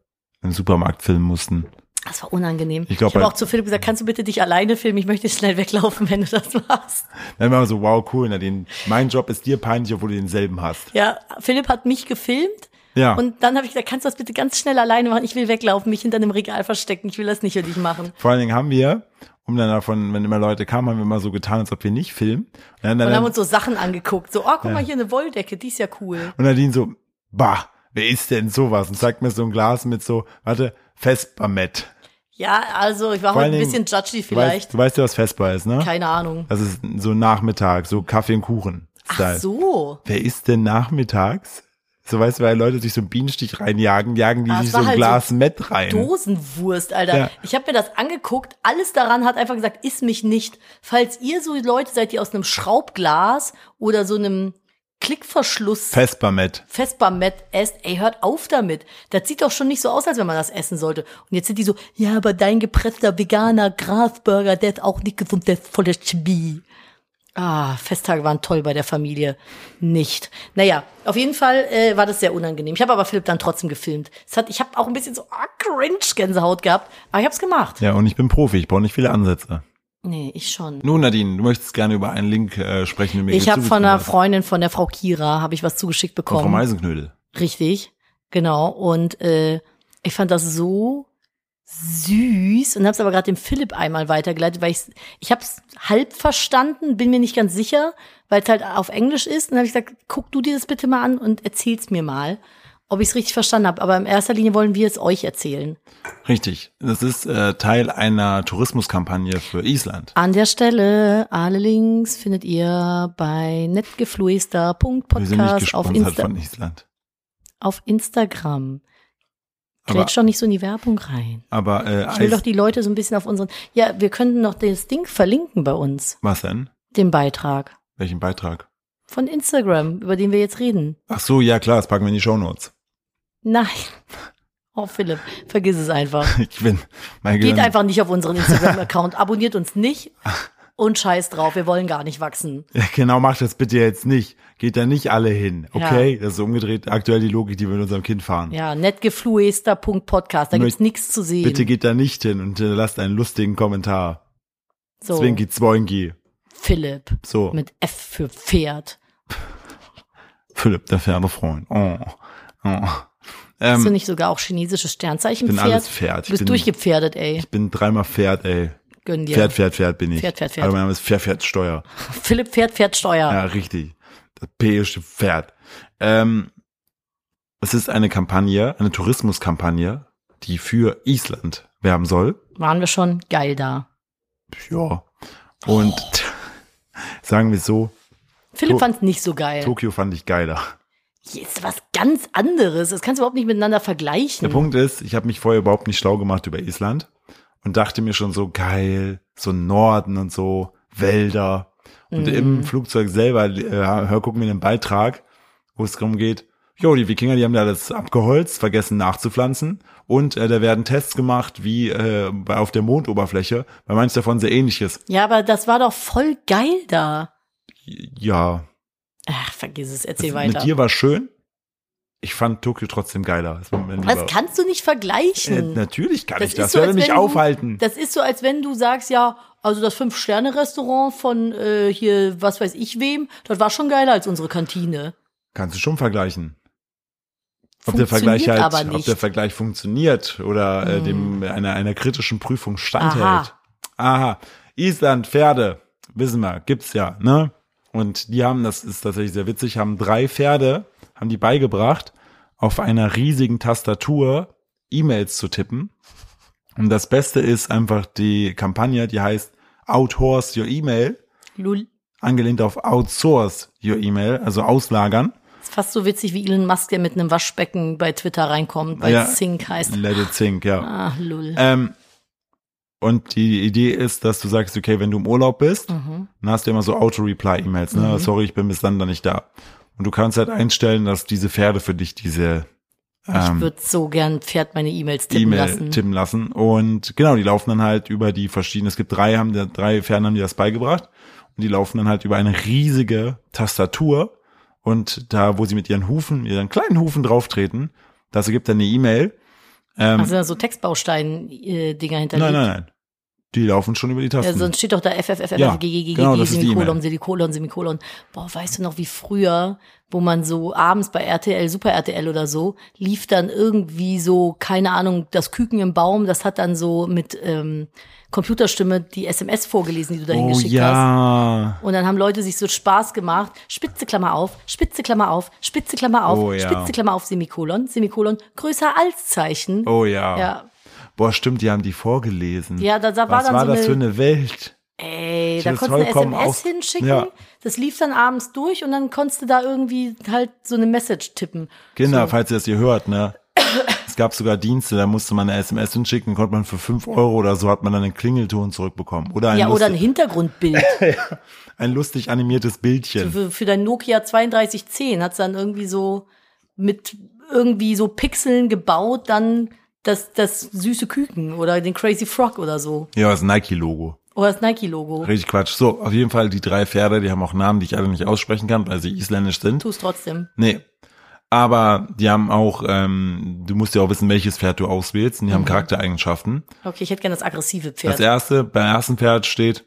[SPEAKER 2] im Supermarkt filmen mussten.
[SPEAKER 3] Das war unangenehm.
[SPEAKER 2] Ich glaub,
[SPEAKER 3] ich habe
[SPEAKER 2] bei-
[SPEAKER 3] auch zu Philipp gesagt, kannst du bitte dich alleine filmen? Ich möchte schnell weglaufen, wenn du das machst.
[SPEAKER 2] Dann war man so, wow, cool, na, den, mein Job ist dir peinlich, obwohl du denselben hast.
[SPEAKER 3] Ja, Philipp hat mich gefilmt.
[SPEAKER 2] Ja.
[SPEAKER 3] Und dann habe ich gesagt, kannst du das bitte ganz schnell alleine machen? Ich will weglaufen, mich hinter einem Regal verstecken. Ich will das nicht für dich machen.
[SPEAKER 2] Vor allen Dingen haben wir, um dann davon, wenn immer Leute kamen, haben wir immer so getan, als ob wir nicht filmen. Und, dann, dann,
[SPEAKER 3] Und
[SPEAKER 2] dann,
[SPEAKER 3] haben
[SPEAKER 2] und,
[SPEAKER 3] uns so Sachen angeguckt. So, oh, guck mal, hier eine Wolldecke, die ist ja cool.
[SPEAKER 2] Nadine so, bah, wer ist denn sowas? Und zeigt mir so ein Glas mit so, warte, Vespermet.
[SPEAKER 3] Ja, also ich war
[SPEAKER 2] Vor
[SPEAKER 3] heute ein
[SPEAKER 2] allen
[SPEAKER 3] bisschen
[SPEAKER 2] Dingen-
[SPEAKER 3] judgy
[SPEAKER 2] Du weißt,
[SPEAKER 3] vielleicht.
[SPEAKER 2] du weißt ja, was Vesper ist, ne?
[SPEAKER 3] Keine Ahnung.
[SPEAKER 2] Das ist so Nachmittag, so Kaffee und Kuchen.
[SPEAKER 3] Ach so.
[SPEAKER 2] Wer isst denn nachmittags? So weißt du, weil Leute sich so einen Bienenstich reinjagen, jagen die
[SPEAKER 3] Ah, es
[SPEAKER 2] sich so
[SPEAKER 3] war
[SPEAKER 2] ein
[SPEAKER 3] halt
[SPEAKER 2] Glas
[SPEAKER 3] so
[SPEAKER 2] Met rein.
[SPEAKER 3] Dosenwurst, Alter.
[SPEAKER 2] Ähm, Ja.
[SPEAKER 3] Ich habe mir das angeguckt. Alles daran hat einfach gesagt, iss mich nicht. Falls ihr so Leute seid, die aus einem Schraubglas oder so einem Klickverschluss
[SPEAKER 2] Vespermet.
[SPEAKER 3] Vespermet esst, ey, hört auf damit. Das sieht doch schon nicht so aus, als wenn man das essen sollte. Und jetzt sind die so, ja, aber dein gepresster veganer Grasburger, der ist auch nicht gesund, der ist voller Chbi. Ah, Festtage waren toll bei der Familie. Nicht. Naja, auf jeden Fall äh, war das sehr unangenehm. Ich habe aber Philipp dann trotzdem gefilmt. Es hat, ich habe auch ein bisschen so ah, Cringe-Gänsehaut gehabt, aber ich habe es gemacht.
[SPEAKER 2] Ja, und ich bin Profi, ich brauche nicht viele Ansätze.
[SPEAKER 3] Nee, ich schon.
[SPEAKER 2] Nun, Nadine, du möchtest gerne über einen Link äh, sprechen, den mir
[SPEAKER 3] Ich habe von einer
[SPEAKER 2] einer Frau
[SPEAKER 3] Freundin von der Frau Kira, habe ich was zugeschickt
[SPEAKER 2] Von Frau
[SPEAKER 3] bekommen.
[SPEAKER 2] Meisenknödel.
[SPEAKER 3] Richtig, genau. Und äh, ich fand das so süß und habe es aber gerade dem Philipp einmal weitergeleitet, weil ich ich habe es halb verstanden, bin mir nicht ganz sicher, weil es halt auf Englisch ist. Und habe ich gesagt, guck du dir das bitte mal an und erzähl's mir mal, ob ich es richtig verstanden habe. Aber in erster Linie wollen wir es euch erzählen.
[SPEAKER 2] Richtig. Das ist äh, Teil einer Tourismuskampagne für Island.
[SPEAKER 3] An der Stelle, alle Links findet ihr bei
[SPEAKER 2] Wir sind nicht
[SPEAKER 3] netgefluester.podcast auf,
[SPEAKER 2] gesponsert
[SPEAKER 3] Insta
[SPEAKER 2] von Island.
[SPEAKER 3] auf Instagram.
[SPEAKER 2] Aber,
[SPEAKER 3] Kletsch doch nicht so in die Werbung rein.
[SPEAKER 2] aber äh,
[SPEAKER 3] Ich will
[SPEAKER 2] Eis,
[SPEAKER 3] doch die Leute so ein bisschen auf unseren. Ja, wir könnten noch das Ding verlinken bei uns,
[SPEAKER 2] was denn?
[SPEAKER 3] den Beitrag
[SPEAKER 2] Welchen Beitrag?
[SPEAKER 3] von Instagram, über den wir jetzt reden.
[SPEAKER 2] Ach so, ja klar, das packen wir in die Shownotes.
[SPEAKER 3] Nein. Oh, Philipp, vergiss es einfach.
[SPEAKER 2] Ich bin, mein
[SPEAKER 3] Geht
[SPEAKER 2] Gehirn-
[SPEAKER 3] einfach nicht auf unseren Instagram-Account. Abonniert uns nicht und scheiß drauf. Wir wollen gar nicht wachsen.
[SPEAKER 2] Ja, genau, macht das bitte jetzt nicht. Geht da nicht alle hin, okay? Das ist umgedreht aktuell die Logik, die wir mit unserem Kind fahren.
[SPEAKER 3] Ja, netgefluester.podcast. Da
[SPEAKER 2] Nur-
[SPEAKER 3] gibt's nichts zu sehen.
[SPEAKER 2] Bitte geht da nicht hin und hinterlasst einen lustigen Kommentar.
[SPEAKER 3] so,
[SPEAKER 2] Zwinki, Zwoinki.
[SPEAKER 3] Philipp.
[SPEAKER 2] So.
[SPEAKER 3] Mit F für Pferd.
[SPEAKER 2] Philipp, der Pferdefreund. Oh. Oh.
[SPEAKER 3] Bist du
[SPEAKER 2] Ähm,
[SPEAKER 3] nicht sogar auch chinesisches Sternzeichen
[SPEAKER 2] bin
[SPEAKER 3] Pferd?
[SPEAKER 2] alles Pferd. Ich
[SPEAKER 3] Du bist
[SPEAKER 2] bin-
[SPEAKER 3] durchgepferdet, ey.
[SPEAKER 2] ich bin dreimal Pferd, ey.
[SPEAKER 3] Gönn dir.
[SPEAKER 2] Pferd, Pferd, Pferd bin ich.
[SPEAKER 3] Pferd, Pferd, Ah. Pferd.
[SPEAKER 2] Also mein Name ist Pferd, Pferd, Steuer.
[SPEAKER 3] Philipp Pferd, Pferd, Steuer.
[SPEAKER 2] Ja, richtig. Das P ist für Pferd. Ähm, es ist eine Kampagne, eine Tourismuskampagne, die für Island werben soll.
[SPEAKER 3] Waren wir schon geil da.
[SPEAKER 2] Ja. Und sagen wir es so,
[SPEAKER 3] Philipp
[SPEAKER 2] To-
[SPEAKER 3] fand es nicht so geil.
[SPEAKER 2] Tokio fand ich geiler.
[SPEAKER 3] Hier ist was ganz anderes. Das kannst du überhaupt nicht miteinander vergleichen.
[SPEAKER 2] Der Punkt ist, ich habe mich vorher überhaupt nicht schlau gemacht über Island und dachte mir schon so geil, so Norden und so, Wälder. Und
[SPEAKER 3] Mhm.
[SPEAKER 2] im Flugzeug selber, äh, hör, guck mir den Beitrag, wo es darum geht, jo, die Wikinger, die haben da das abgeholzt, vergessen nachzupflanzen. Und äh, da werden Tests gemacht, wie äh, bei, auf der Mondoberfläche, weil manches davon sehr ähnlich ist.
[SPEAKER 3] ja, aber das war doch voll geil da.
[SPEAKER 2] Ja,
[SPEAKER 3] Ach, vergiss es,
[SPEAKER 2] das,
[SPEAKER 3] erzähl
[SPEAKER 2] mit
[SPEAKER 3] weiter.
[SPEAKER 2] dir war schön. Ich fand Tokio trotzdem geiler. Das war mein
[SPEAKER 3] Das
[SPEAKER 2] lieber-
[SPEAKER 3] kannst du nicht
[SPEAKER 2] äh,
[SPEAKER 3] vergleichen.
[SPEAKER 2] natürlich kann ich das.
[SPEAKER 3] so,
[SPEAKER 2] Das würde
[SPEAKER 3] als
[SPEAKER 2] mich
[SPEAKER 3] wenn
[SPEAKER 2] aufhalten.
[SPEAKER 3] Du, das ist so, als wenn du sagst, ja, also das Fünf-Sterne-Restaurant von äh, hier, was weiß ich wem, das war schon geiler als unsere Kantine.
[SPEAKER 2] Kannst du schon vergleichen. Ob der
[SPEAKER 3] Funktioniert
[SPEAKER 2] Vergleich halt,
[SPEAKER 3] aber
[SPEAKER 2] ob
[SPEAKER 3] nicht. Hm.
[SPEAKER 2] der Vergleich funktioniert oder äh, dem einer einer kritischen Prüfung standhält.
[SPEAKER 3] Aha.
[SPEAKER 2] Aha. Island Pferde, wissen wir, gibt's ja, ne? Und die haben, das ist tatsächlich sehr witzig, haben drei Pferde, haben die beigebracht, auf einer riesigen Tastatur E-Mails zu tippen. Und das Beste ist einfach die Kampagne, die heißt Outhorse Your Email,
[SPEAKER 3] Lul.
[SPEAKER 2] angelehnt auf Outsource Your Email, also auslagern.
[SPEAKER 3] Ist fast so witzig wie Elon Musk, der mit einem Waschbecken bei Twitter reinkommt, weil
[SPEAKER 2] Ja.
[SPEAKER 3] es Zink heißt.
[SPEAKER 2] Let it sink, ja.
[SPEAKER 3] Ach, lul.
[SPEAKER 2] Ähm, und die Idee ist, dass du sagst, okay, wenn du im Urlaub bist,
[SPEAKER 3] Mhm.
[SPEAKER 2] dann hast du immer so Auto-Reply-E-Mails, ne? Sorry, ich bin bis dann da nicht da. Und du kannst halt einstellen, dass diese Pferde für dich diese
[SPEAKER 3] ich würde so gern Pferd meine E-Mails tippen
[SPEAKER 2] Ähm. E-Mail
[SPEAKER 3] lassen.
[SPEAKER 2] tippen lassen. Und genau, die laufen dann halt über die verschiedenen, es gibt drei, haben, drei Pferde haben die das beigebracht. Und die laufen dann halt über eine riesige Tastatur. Und da, wo sie mit ihren Hufen, ihren kleinen Hufen drauftreten, das ergibt dann eine E-Mail.
[SPEAKER 3] also da so äh, Textbaustein-Dinger hinterlegt.
[SPEAKER 2] Hm? Nein, nein, nein. Die laufen schon über die Tasten.
[SPEAKER 3] Ja, sonst steht doch da FFF,
[SPEAKER 2] Ja,
[SPEAKER 3] ja, GGG,
[SPEAKER 2] genau, das ist die
[SPEAKER 3] Semikolon,
[SPEAKER 2] E-Mail.
[SPEAKER 3] Semikolon, Semikolon. Boah, weißt du noch, wie früher, wo man so abends bei RTL, Super RTL oder so, lief dann irgendwie so, keine Ahnung, das Küken im Baum, das hat dann so mit ähm, Computerstimme die SMS vorgelesen, die du dahin
[SPEAKER 2] oh
[SPEAKER 3] geschickt hast.
[SPEAKER 2] ja.
[SPEAKER 3] Und dann haben Leute sich so Spaß gemacht, spitze Klammer auf, spitze Klammer auf, spitze Klammer auf,
[SPEAKER 2] Oh ja.
[SPEAKER 3] spitze Klammer auf, Semikolon, Semikolon, größer als Zeichen.
[SPEAKER 2] Oh ja.
[SPEAKER 3] Ja.
[SPEAKER 2] Boah, stimmt, die haben die vorgelesen.
[SPEAKER 3] Ja, da- da war
[SPEAKER 2] Was
[SPEAKER 3] dann
[SPEAKER 2] war
[SPEAKER 3] so
[SPEAKER 2] das
[SPEAKER 3] eine-
[SPEAKER 2] für eine Welt?
[SPEAKER 3] Ey,
[SPEAKER 2] Ich
[SPEAKER 3] Äh, da
[SPEAKER 2] hab das
[SPEAKER 3] konntest du eine
[SPEAKER 2] vollkommen
[SPEAKER 3] SMS
[SPEAKER 2] aus-
[SPEAKER 3] hinschicken,
[SPEAKER 2] Ja.
[SPEAKER 3] das lief dann abends durch und dann konntest du da irgendwie halt so eine Message tippen.
[SPEAKER 2] Kinder, falls ihr das hier hört, ne? Es gab sogar Dienste, da musste man eine SMS hinschicken, konnte man für 5 Euro oder so hat man dann einen Klingelton zurückbekommen. Oder ein,
[SPEAKER 3] ja, oder ein
[SPEAKER 2] lustig,
[SPEAKER 3] Hintergrundbild
[SPEAKER 2] ein lustig animiertes Bildchen.
[SPEAKER 3] für, für dein Nokia 3210 hat's dann irgendwie so mit irgendwie so Pixeln gebaut, dann das, das süße Küken oder den Crazy Frog oder so.
[SPEAKER 2] Ja, das Nike-Logo.
[SPEAKER 3] Oder das Nike-Logo.
[SPEAKER 2] Richtig Quatsch. So, auf jeden Fall die drei Pferde, die haben auch Namen, die ich alle nicht aussprechen kann, weil sie isländisch sind.
[SPEAKER 3] Tu's trotzdem.
[SPEAKER 2] Nee. Aber die haben auch, ähm, du musst ja auch wissen, welches Pferd du auswählst und die
[SPEAKER 3] Mhm.
[SPEAKER 2] haben Charaktereigenschaften.
[SPEAKER 3] Okay, ich hätte gerne das aggressive
[SPEAKER 2] Das
[SPEAKER 3] Pferd.
[SPEAKER 2] erste, beim ersten Pferd steht,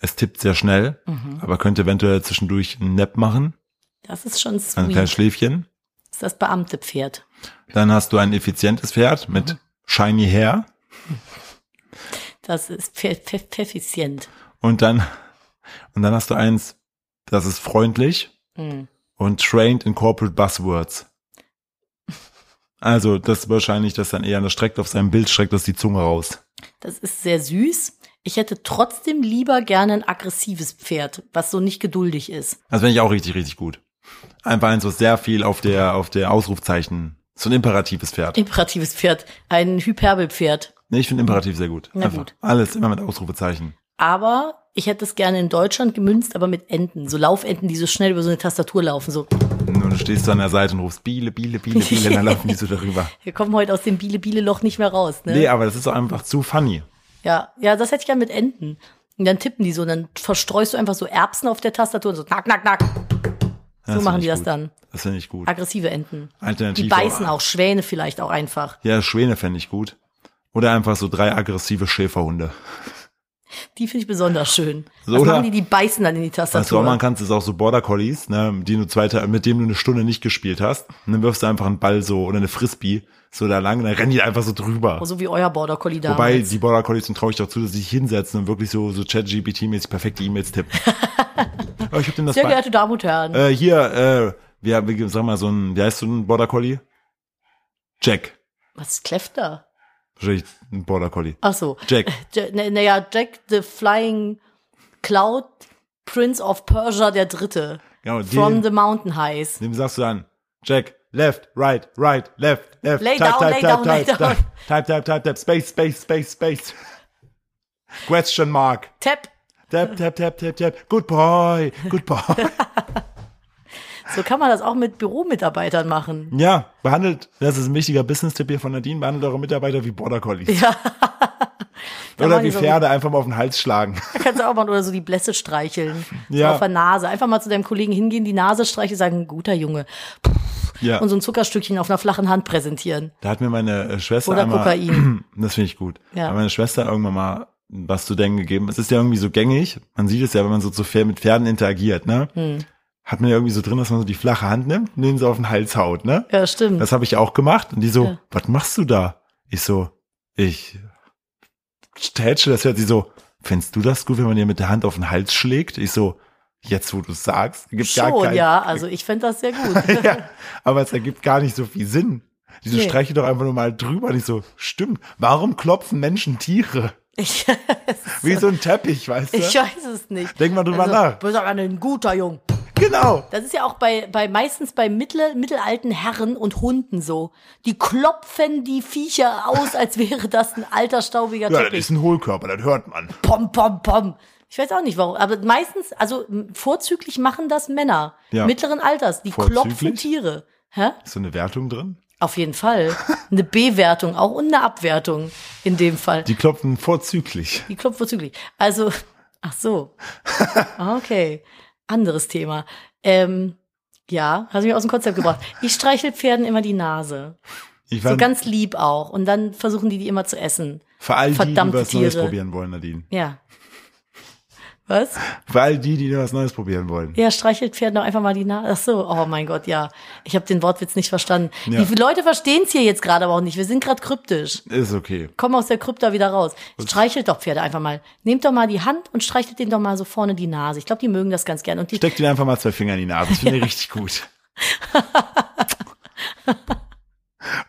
[SPEAKER 2] es tippt sehr schnell, aber könnte eventuell zwischendurch einen Nap machen,
[SPEAKER 3] Das ist schon
[SPEAKER 2] ein kleines
[SPEAKER 3] sweet.
[SPEAKER 2] Schläfchen.
[SPEAKER 3] Das ist das Beamte-Pferd.
[SPEAKER 2] Dann hast du ein effizientes Pferd mit shiny hair
[SPEAKER 3] Das ist pfe- pfe- pfeffizient.
[SPEAKER 2] und dann, und dann hast du eins, das ist freundlich
[SPEAKER 3] Hm.
[SPEAKER 2] und trained in corporate buzzwords. Also, das ist wahrscheinlich, dass dann eher, das streckt auf seinem Bild, streckt das die Zunge raus.
[SPEAKER 3] Das ist sehr süß. Ich hätte trotzdem lieber gerne ein aggressives Pferd, was so nicht geduldig ist.
[SPEAKER 2] Das finde ich auch richtig, richtig gut. Einfach eins, was sehr viel auf der, auf der Ausrufzeichen, so ein imperatives Pferd.
[SPEAKER 3] Imperatives Pferd, ein Hyperbelpferd.
[SPEAKER 2] Nee, ich finde imperativ sehr gut.
[SPEAKER 3] Na
[SPEAKER 2] Einfach
[SPEAKER 3] gut.
[SPEAKER 2] alles immer mit Ausrufezeichen.
[SPEAKER 3] Aber ich hätte es gerne in Deutschland gemünzt, aber mit Enten. So Laufenten, die so schnell über so eine Tastatur laufen. So,
[SPEAKER 2] Und du stehst so an der Seite und rufst Biele, Biele, Biele, Biele, dann laufen die so darüber.
[SPEAKER 3] wir kommen heute aus dem Biele-Biele-Loch nicht mehr raus. Ne?
[SPEAKER 2] Nee, aber das ist doch einfach zu funny.
[SPEAKER 3] Ja, ja, das hätte ich gerne mit Enten. Und dann tippen die so, und dann verstreust du einfach so Erbsen auf der Tastatur und so knack, knack, knack.
[SPEAKER 2] Ja,
[SPEAKER 3] So machen
[SPEAKER 2] find
[SPEAKER 3] die
[SPEAKER 2] ich
[SPEAKER 3] das
[SPEAKER 2] gut.
[SPEAKER 3] dann.
[SPEAKER 2] Das finde ich gut.
[SPEAKER 3] Aggressive Enten.
[SPEAKER 2] Alternativ
[SPEAKER 3] Die beißen
[SPEAKER 2] auch-
[SPEAKER 3] auch, Schwäne vielleicht auch einfach.
[SPEAKER 2] Ja, Schwäne fände ich gut. Oder einfach so drei aggressive Schäferhunde.
[SPEAKER 3] Die finde ich besonders schön.
[SPEAKER 2] So,
[SPEAKER 3] Was
[SPEAKER 2] oder?
[SPEAKER 3] machen die? Die beißen dann in die Tastatur.
[SPEAKER 2] Was du auch machen kannst, ist auch so Border Collies, ne, die du zweite, mit dem du eine Stunde nicht gespielt hast. Und dann wirfst du einfach einen Ball so oder eine Frisbee so da lang und dann rennen die einfach so drüber.
[SPEAKER 3] So wie euer Border Collie damals.
[SPEAKER 2] Wobei die Border Collies dann traue ich auch zu, dass sie sich hinsetzen und wirklich so, so Chat-GPT-mäßig perfekte E-Mails tippen. oh, ich hab denn das
[SPEAKER 3] Sehr
[SPEAKER 2] bei-
[SPEAKER 3] geehrte Damen und Herren.
[SPEAKER 2] äh, hier, äh, wir, wir sag mal so ein, wie heißt so ein Border Collie? Jack.
[SPEAKER 3] Was kläfft da?
[SPEAKER 2] Wahrscheinlich ein Border Collie.
[SPEAKER 3] Ach so.
[SPEAKER 2] Jack.
[SPEAKER 3] Ja- na- Naja, Jack the Flying Cloud, Prince of Persia der Dritte.
[SPEAKER 2] Genau, die-
[SPEAKER 3] From the Mountain Highs.
[SPEAKER 2] Dem sagst du dann, Jack, left, right, right, left, left,
[SPEAKER 3] Lay down, lay down, lay
[SPEAKER 2] type,
[SPEAKER 3] down.
[SPEAKER 2] type, type, type, type, space, space, space, space. Question mark.
[SPEAKER 3] Tap.
[SPEAKER 2] Tap, tap, tap, tap, tap. Good boy, good boy.
[SPEAKER 3] So kann man das auch mit Büromitarbeitern machen.
[SPEAKER 2] ja, behandelt, das ist ein wichtiger Business-Tipp hier von Nadine, behandelt eure Mitarbeiter wie Border Collies.
[SPEAKER 3] Ja. Da
[SPEAKER 2] Oder
[SPEAKER 3] machen
[SPEAKER 2] wie
[SPEAKER 3] die so-
[SPEAKER 2] Pferde einfach mal auf den Hals schlagen.
[SPEAKER 3] Kannst du auch machen oder so die Blässe streicheln.
[SPEAKER 2] Ja.
[SPEAKER 3] Auf der Nase. Einfach mal zu deinem Kollegen hingehen, die Nase streicheln, sagen, guter Junge.
[SPEAKER 2] ja.
[SPEAKER 3] Und so ein Zuckerstückchen auf einer flachen Hand präsentieren.
[SPEAKER 2] Da hat mir meine äh, Schwester
[SPEAKER 3] Oder
[SPEAKER 2] einmal,
[SPEAKER 3] Kokain.
[SPEAKER 2] Das finde ich gut.
[SPEAKER 3] Ja.
[SPEAKER 2] Ja. Hat meine Schwester irgendwann mal was zu denken gegeben. Es ist ja irgendwie so gängig. Man sieht es ja, wenn man so zu Pfer- mit Pferden interagiert, ne?
[SPEAKER 3] Hm.
[SPEAKER 2] Hat man ja irgendwie so drin, dass man so die flache Hand nimmt und den so auf den Hals haut, ne?
[SPEAKER 3] Ja, stimmt.
[SPEAKER 2] Das habe ich auch gemacht. Und die so,
[SPEAKER 3] Mhm. Ja.
[SPEAKER 2] was machst du da? Ich so, ich tätsche das hört sie so, findest du das gut, wenn man dir mit der Hand auf den Hals schlägt? Ich so, jetzt wo du sagst, gibt gar
[SPEAKER 3] Schon,
[SPEAKER 2] keinen
[SPEAKER 3] ja. Also ich fänd das sehr gut.
[SPEAKER 2] ja, aber es ergibt gar nicht so viel Sinn. Diese
[SPEAKER 3] Nee.
[SPEAKER 2] streiche doch einfach nur mal drüber. Und ich so, stimmt. Warum klopfen Menschen Tiere?
[SPEAKER 3] Ich,
[SPEAKER 2] Wie so ein Teppich, weißt du?
[SPEAKER 3] ich weiß es nicht.
[SPEAKER 2] Denk mal drüber
[SPEAKER 3] also,
[SPEAKER 2] nach.
[SPEAKER 3] bist aber ein guter Jung.
[SPEAKER 2] Genau.
[SPEAKER 3] Das ist ja auch bei, bei meistens bei mittel, mittelalten Herren und Hunden so. Die klopfen die Viecher aus, als wäre das ein alter staubiger
[SPEAKER 2] Ja, das
[SPEAKER 3] Teppich.
[SPEAKER 2] ist ein Hohlkörper, das hört man.
[SPEAKER 3] pom, pom, pom. Ich weiß auch nicht warum, aber meistens, also m, vorzüglich machen das Männer
[SPEAKER 2] Ja.
[SPEAKER 3] mittleren Alters, die
[SPEAKER 2] Vorzüglich?
[SPEAKER 3] klopfen Tiere. Hä?
[SPEAKER 2] Ist so eine Wertung drin?
[SPEAKER 3] Auf jeden Fall. Eine Bewertung auch und eine Abwertung in dem Fall.
[SPEAKER 2] Die klopfen vorzüglich.
[SPEAKER 3] Die klopft vorzüglich. Also, ach so. Ah, Okay. Anderes Thema. Ähm, ja, hast mich aus dem Konzept gebracht. Ich streichel Pferden immer die Nase.
[SPEAKER 2] Ich
[SPEAKER 3] So
[SPEAKER 2] fand,
[SPEAKER 3] ganz lieb auch. Und dann versuchen die die immer zu essen.
[SPEAKER 2] für all die, die
[SPEAKER 3] verdammte
[SPEAKER 2] was Neues
[SPEAKER 3] Tiere.
[SPEAKER 2] probieren wollen, Nadine.
[SPEAKER 3] Ja. Was?
[SPEAKER 2] Für all die, die was Neues probieren wollen.
[SPEAKER 3] Ja, streichelt Pferd noch einfach mal die Nase. Ach so, oh mein Gott, ja. Ich habe den Wortwitz nicht verstanden.
[SPEAKER 2] Ja.
[SPEAKER 3] Die Leute verstehen es hier jetzt gerade aber auch nicht. Wir sind gerade kryptisch.
[SPEAKER 2] Ist okay.
[SPEAKER 3] Komm aus der Krypta wieder raus. Streichelt doch Pferde einfach mal. Nehmt doch mal die Hand und streichelt denen doch mal so vorne die Nase. Ich glaube, die mögen das ganz gern. Und die,
[SPEAKER 2] Steck dir einfach mal zwei Finger in die Nase. Das finde ich richtig gut.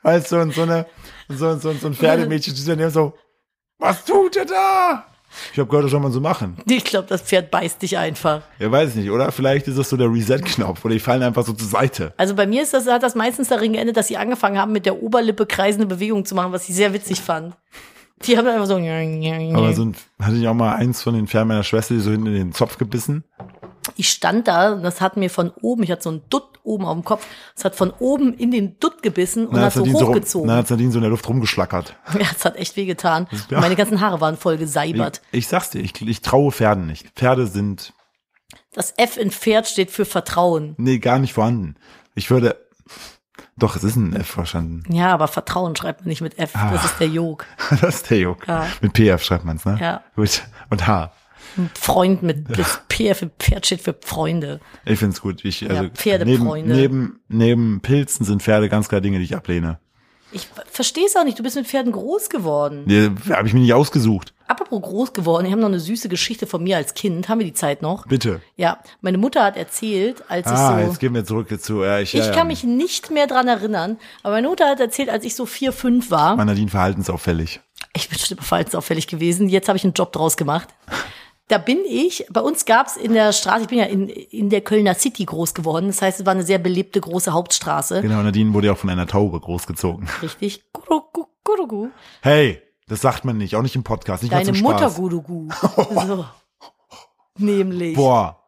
[SPEAKER 2] weißt du, und so, eine, so, so, so ein Pferdemädchen, die dann eben so, was tut ihr da? Ich habe gehört, das soll man so machen.
[SPEAKER 3] ich glaube, das Pferd beißt dich einfach.
[SPEAKER 2] Ja, weiß ich nicht, oder? Vielleicht ist das so der Reset-Knopf oder die fallen einfach so zur Seite.
[SPEAKER 3] Also bei mir ist das, hat das meistens darin geendet, dass sie angefangen haben, mit der Oberlippe kreisende Bewegungen zu machen, was ich sehr witzig fand. Die haben einfach so.
[SPEAKER 2] Aber so ein, hatte ich auch mal eins von den Pferden meiner Schwester, die so hinten in den Zopf gebissen.
[SPEAKER 3] ich stand da und das hat mir von oben, ich hatte so einen Dutt oben auf dem Kopf, das hat von oben in den Dutt gebissen und
[SPEAKER 2] Dann
[SPEAKER 3] hat so
[SPEAKER 2] Nadine rum-
[SPEAKER 3] hochgezogen.
[SPEAKER 2] dann hat's Nadine so in der Luft rumgeschlackert.
[SPEAKER 3] ja, das hat echt wehgetan. Und
[SPEAKER 2] klar.
[SPEAKER 3] Meine ganzen Haare waren voll
[SPEAKER 2] Ich,
[SPEAKER 3] geseibert.
[SPEAKER 2] ich sag's dir, ich, ich traue Pferden nicht. Pferde sind,
[SPEAKER 3] Das F in Pferd steht für Vertrauen.
[SPEAKER 2] nee, gar nicht vorhanden. Ich würde, doch, es ist ein F verstanden.
[SPEAKER 3] Ja, aber Vertrauen schreibt man nicht mit F,
[SPEAKER 2] Ah.
[SPEAKER 3] das ist der Jog.
[SPEAKER 2] Das ist der Joke.
[SPEAKER 3] Ja.
[SPEAKER 2] Mit PF schreibt man's, ne?
[SPEAKER 3] Ja.
[SPEAKER 2] Gut. Und H.
[SPEAKER 3] Freund mit das P für Pferd steht für Freunde.
[SPEAKER 2] Ich find's gut. Ich, also,
[SPEAKER 3] Pferdefreunde.
[SPEAKER 2] Neben, neben, neben Pilzen sind Pferde ganz klar Dinge, die ich ablehne.
[SPEAKER 3] Ich verstehe es auch nicht, du bist mit Pferden groß geworden.
[SPEAKER 2] Die habe ich mir nicht ausgesucht.
[SPEAKER 3] Apropos groß geworden, ich habe noch eine süße Geschichte von mir als Kind. Haben wir die Zeit noch?
[SPEAKER 2] Bitte.
[SPEAKER 3] Ja, meine Mutter hat erzählt, als ich so.
[SPEAKER 2] Ah, jetzt gehen wir zurück zu, ja, ich, ähm, ja,
[SPEAKER 3] Ich
[SPEAKER 2] ja.
[SPEAKER 3] kann mich nicht mehr dran erinnern, aber meine Mutter hat erzählt, als ich so vier, fünf war,
[SPEAKER 2] Mein Nadine verhaltensauffällig.
[SPEAKER 3] ich bin bestimmt verhaltensauffällig gewesen, jetzt habe ich einen Job draus gemacht. Da bin ich, bei uns gab's in der Straße, ich bin ja in, in der Kölner City groß geworden, das heißt, es war eine sehr belebte große Hauptstraße.
[SPEAKER 2] Genau, Nadine wurde ja auch von einer Taube großgezogen.
[SPEAKER 3] Richtig. Gurugu, gurugu.
[SPEAKER 2] Hey, das sagt man nicht, auch nicht im Podcast, nicht mal
[SPEAKER 3] Deine
[SPEAKER 2] zum
[SPEAKER 3] Mutter
[SPEAKER 2] Spaß.
[SPEAKER 3] gurugu. So. Nämlich.
[SPEAKER 2] Boah,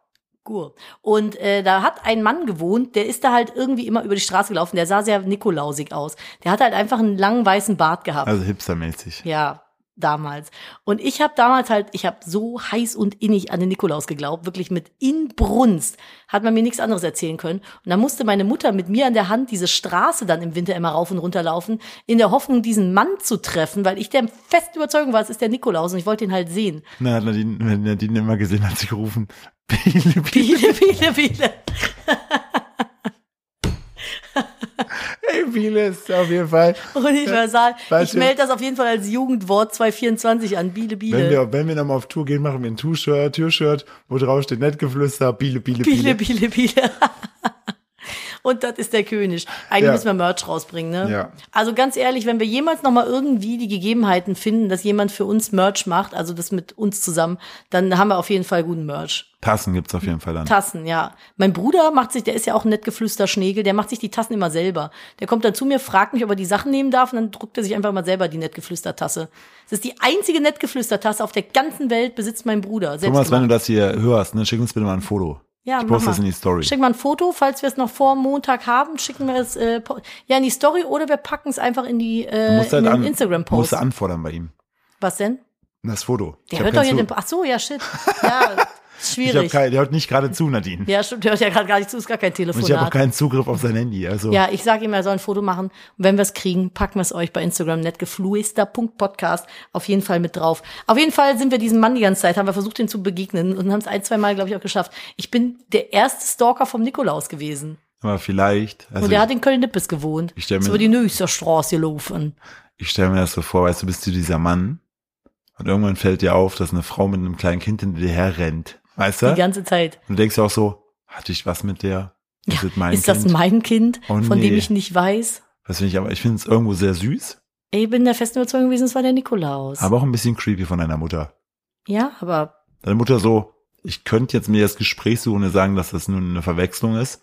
[SPEAKER 3] Gur. Und äh, da hat ein Mann gewohnt, der ist da halt irgendwie immer über die Straße gelaufen, der sah sehr nikolausig aus. Der hat halt einfach einen langen weißen Bart gehabt.
[SPEAKER 2] also hipstermäßig.
[SPEAKER 3] Ja, damals. Und ich habe damals halt, ich habe so heiß und innig an den Nikolaus geglaubt, wirklich mit Inbrunst. Hat man mir nichts anderes erzählen können. Und dann musste meine Mutter mit mir an der Hand diese Straße dann im Winter immer rauf und runter laufen, in der Hoffnung, diesen Mann zu treffen, weil ich der festen Überzeugung war, es ist der Nikolaus und ich wollte ihn halt sehen.
[SPEAKER 2] Na, hat Nadine, wenn Nadine immer gesehen hat, sie gerufen, Biele, Biele,
[SPEAKER 3] Biele, biele, biele.
[SPEAKER 2] hey, Biele ist auf jeden Fall.
[SPEAKER 3] Und ich war sagen,
[SPEAKER 2] Weißt
[SPEAKER 3] ich
[SPEAKER 2] du-
[SPEAKER 3] melde das auf jeden Fall als Jugendwort 224 an. Biele, biele.
[SPEAKER 2] Wenn wir, wenn wir nochmal auf Tour gehen, machen wir ein T-Shirt, Türshirt, wo drauf steht Nettgeflüster, Biele, Biele, Biele.
[SPEAKER 3] Biele, Biele, Biele. Und das ist der König. Eigentlich
[SPEAKER 2] Ja.
[SPEAKER 3] müssen wir Merch rausbringen, ne?
[SPEAKER 2] Ja.
[SPEAKER 3] Also ganz ehrlich, wenn wir jemals nochmal irgendwie die Gegebenheiten finden, dass jemand für uns Merch macht, also das mit uns zusammen, dann haben wir auf jeden Fall guten Merch.
[SPEAKER 2] Tassen gibt's auf jeden Fall dann.
[SPEAKER 3] Tassen, ja. Mein Bruder macht sich, der ist ja auch ein nett geflüster Schnegel, der macht sich die Tassen immer selber. Der kommt dann zu mir, fragt mich, ob er die Sachen nehmen darf und dann druckt er sich einfach mal selber die nett geflüster Tasse. Das ist die einzige nett geflüster Tasse auf der ganzen Welt, besitzt mein Bruder.
[SPEAKER 2] Thomas,
[SPEAKER 3] selbstgemacht.
[SPEAKER 2] wenn du das hier hörst, ne, schick uns bitte mal ein Foto.
[SPEAKER 3] Ja,
[SPEAKER 2] ich
[SPEAKER 3] mach
[SPEAKER 2] poste
[SPEAKER 3] mal.
[SPEAKER 2] das in die Story.
[SPEAKER 3] Schick mal ein Foto, falls wir es noch vor Montag haben, schicken wir es äh, po- ja in die Story oder wir packen es einfach in die äh, in den Instagram
[SPEAKER 2] musst
[SPEAKER 3] Post.
[SPEAKER 2] du anfordern bei ihm.
[SPEAKER 3] Was denn?
[SPEAKER 2] Das Foto. Ich
[SPEAKER 3] Der
[SPEAKER 2] hab
[SPEAKER 3] hört doch
[SPEAKER 2] kein Zu-
[SPEAKER 3] hier den Ach so, ja shit. Ja,
[SPEAKER 2] Ich hab
[SPEAKER 3] schwierig.
[SPEAKER 2] kein, der hört nicht gerade zu, Nadine.
[SPEAKER 3] ja, stimmt, der hört ja gerade gar nicht zu, ist gar kein
[SPEAKER 2] Und ich habe auch
[SPEAKER 3] Telefonat.
[SPEAKER 2] keinen Zugriff auf sein Handy. Also
[SPEAKER 3] ja, ich sage ihm, er soll ein Foto machen. Und wenn wir es kriegen, packen wir es euch bei Instagram netgefluester.podcast auf jeden Fall mit drauf. Auf jeden Fall sind wir diesem Mann die ganze Zeit, haben wir versucht, ihn zu begegnen und haben es ein, zwei Mal, glaube ich, auch geschafft. Ich bin der erste Stalker vom Nikolaus gewesen.
[SPEAKER 2] Aber vielleicht, also
[SPEAKER 3] und er
[SPEAKER 2] ich,
[SPEAKER 3] hat in Köln-Nippes gewohnt.
[SPEAKER 2] Ich stell mir-
[SPEAKER 3] ist über die nächste Straße gelaufen.
[SPEAKER 2] ich stelle mir das so vor, weißt du, bist du dieser Mann und irgendwann fällt dir auf, dass eine Frau mit einem kleinen Kind hinter dir herrennt. Weißt du?
[SPEAKER 3] Die ganze Zeit.
[SPEAKER 2] Und du denkst dir auch so, hatte ich was mit der? Ist das mein
[SPEAKER 3] ist
[SPEAKER 2] Kind?
[SPEAKER 3] das mein Kind,
[SPEAKER 2] Oh,
[SPEAKER 3] von dem
[SPEAKER 2] nee.
[SPEAKER 3] ich nicht weiß?
[SPEAKER 2] Weiß nicht, aber ich finde es irgendwo sehr süß,
[SPEAKER 3] Ey, Ich bin der festen Überzeugung gewesen, es war der Nikolaus.
[SPEAKER 2] aber auch ein bisschen creepy von deiner Mutter.
[SPEAKER 3] ja, aber
[SPEAKER 2] Deine Mutter so, ich könnte jetzt mir das Gespräch suchen und sagen, dass das nun eine Verwechslung ist.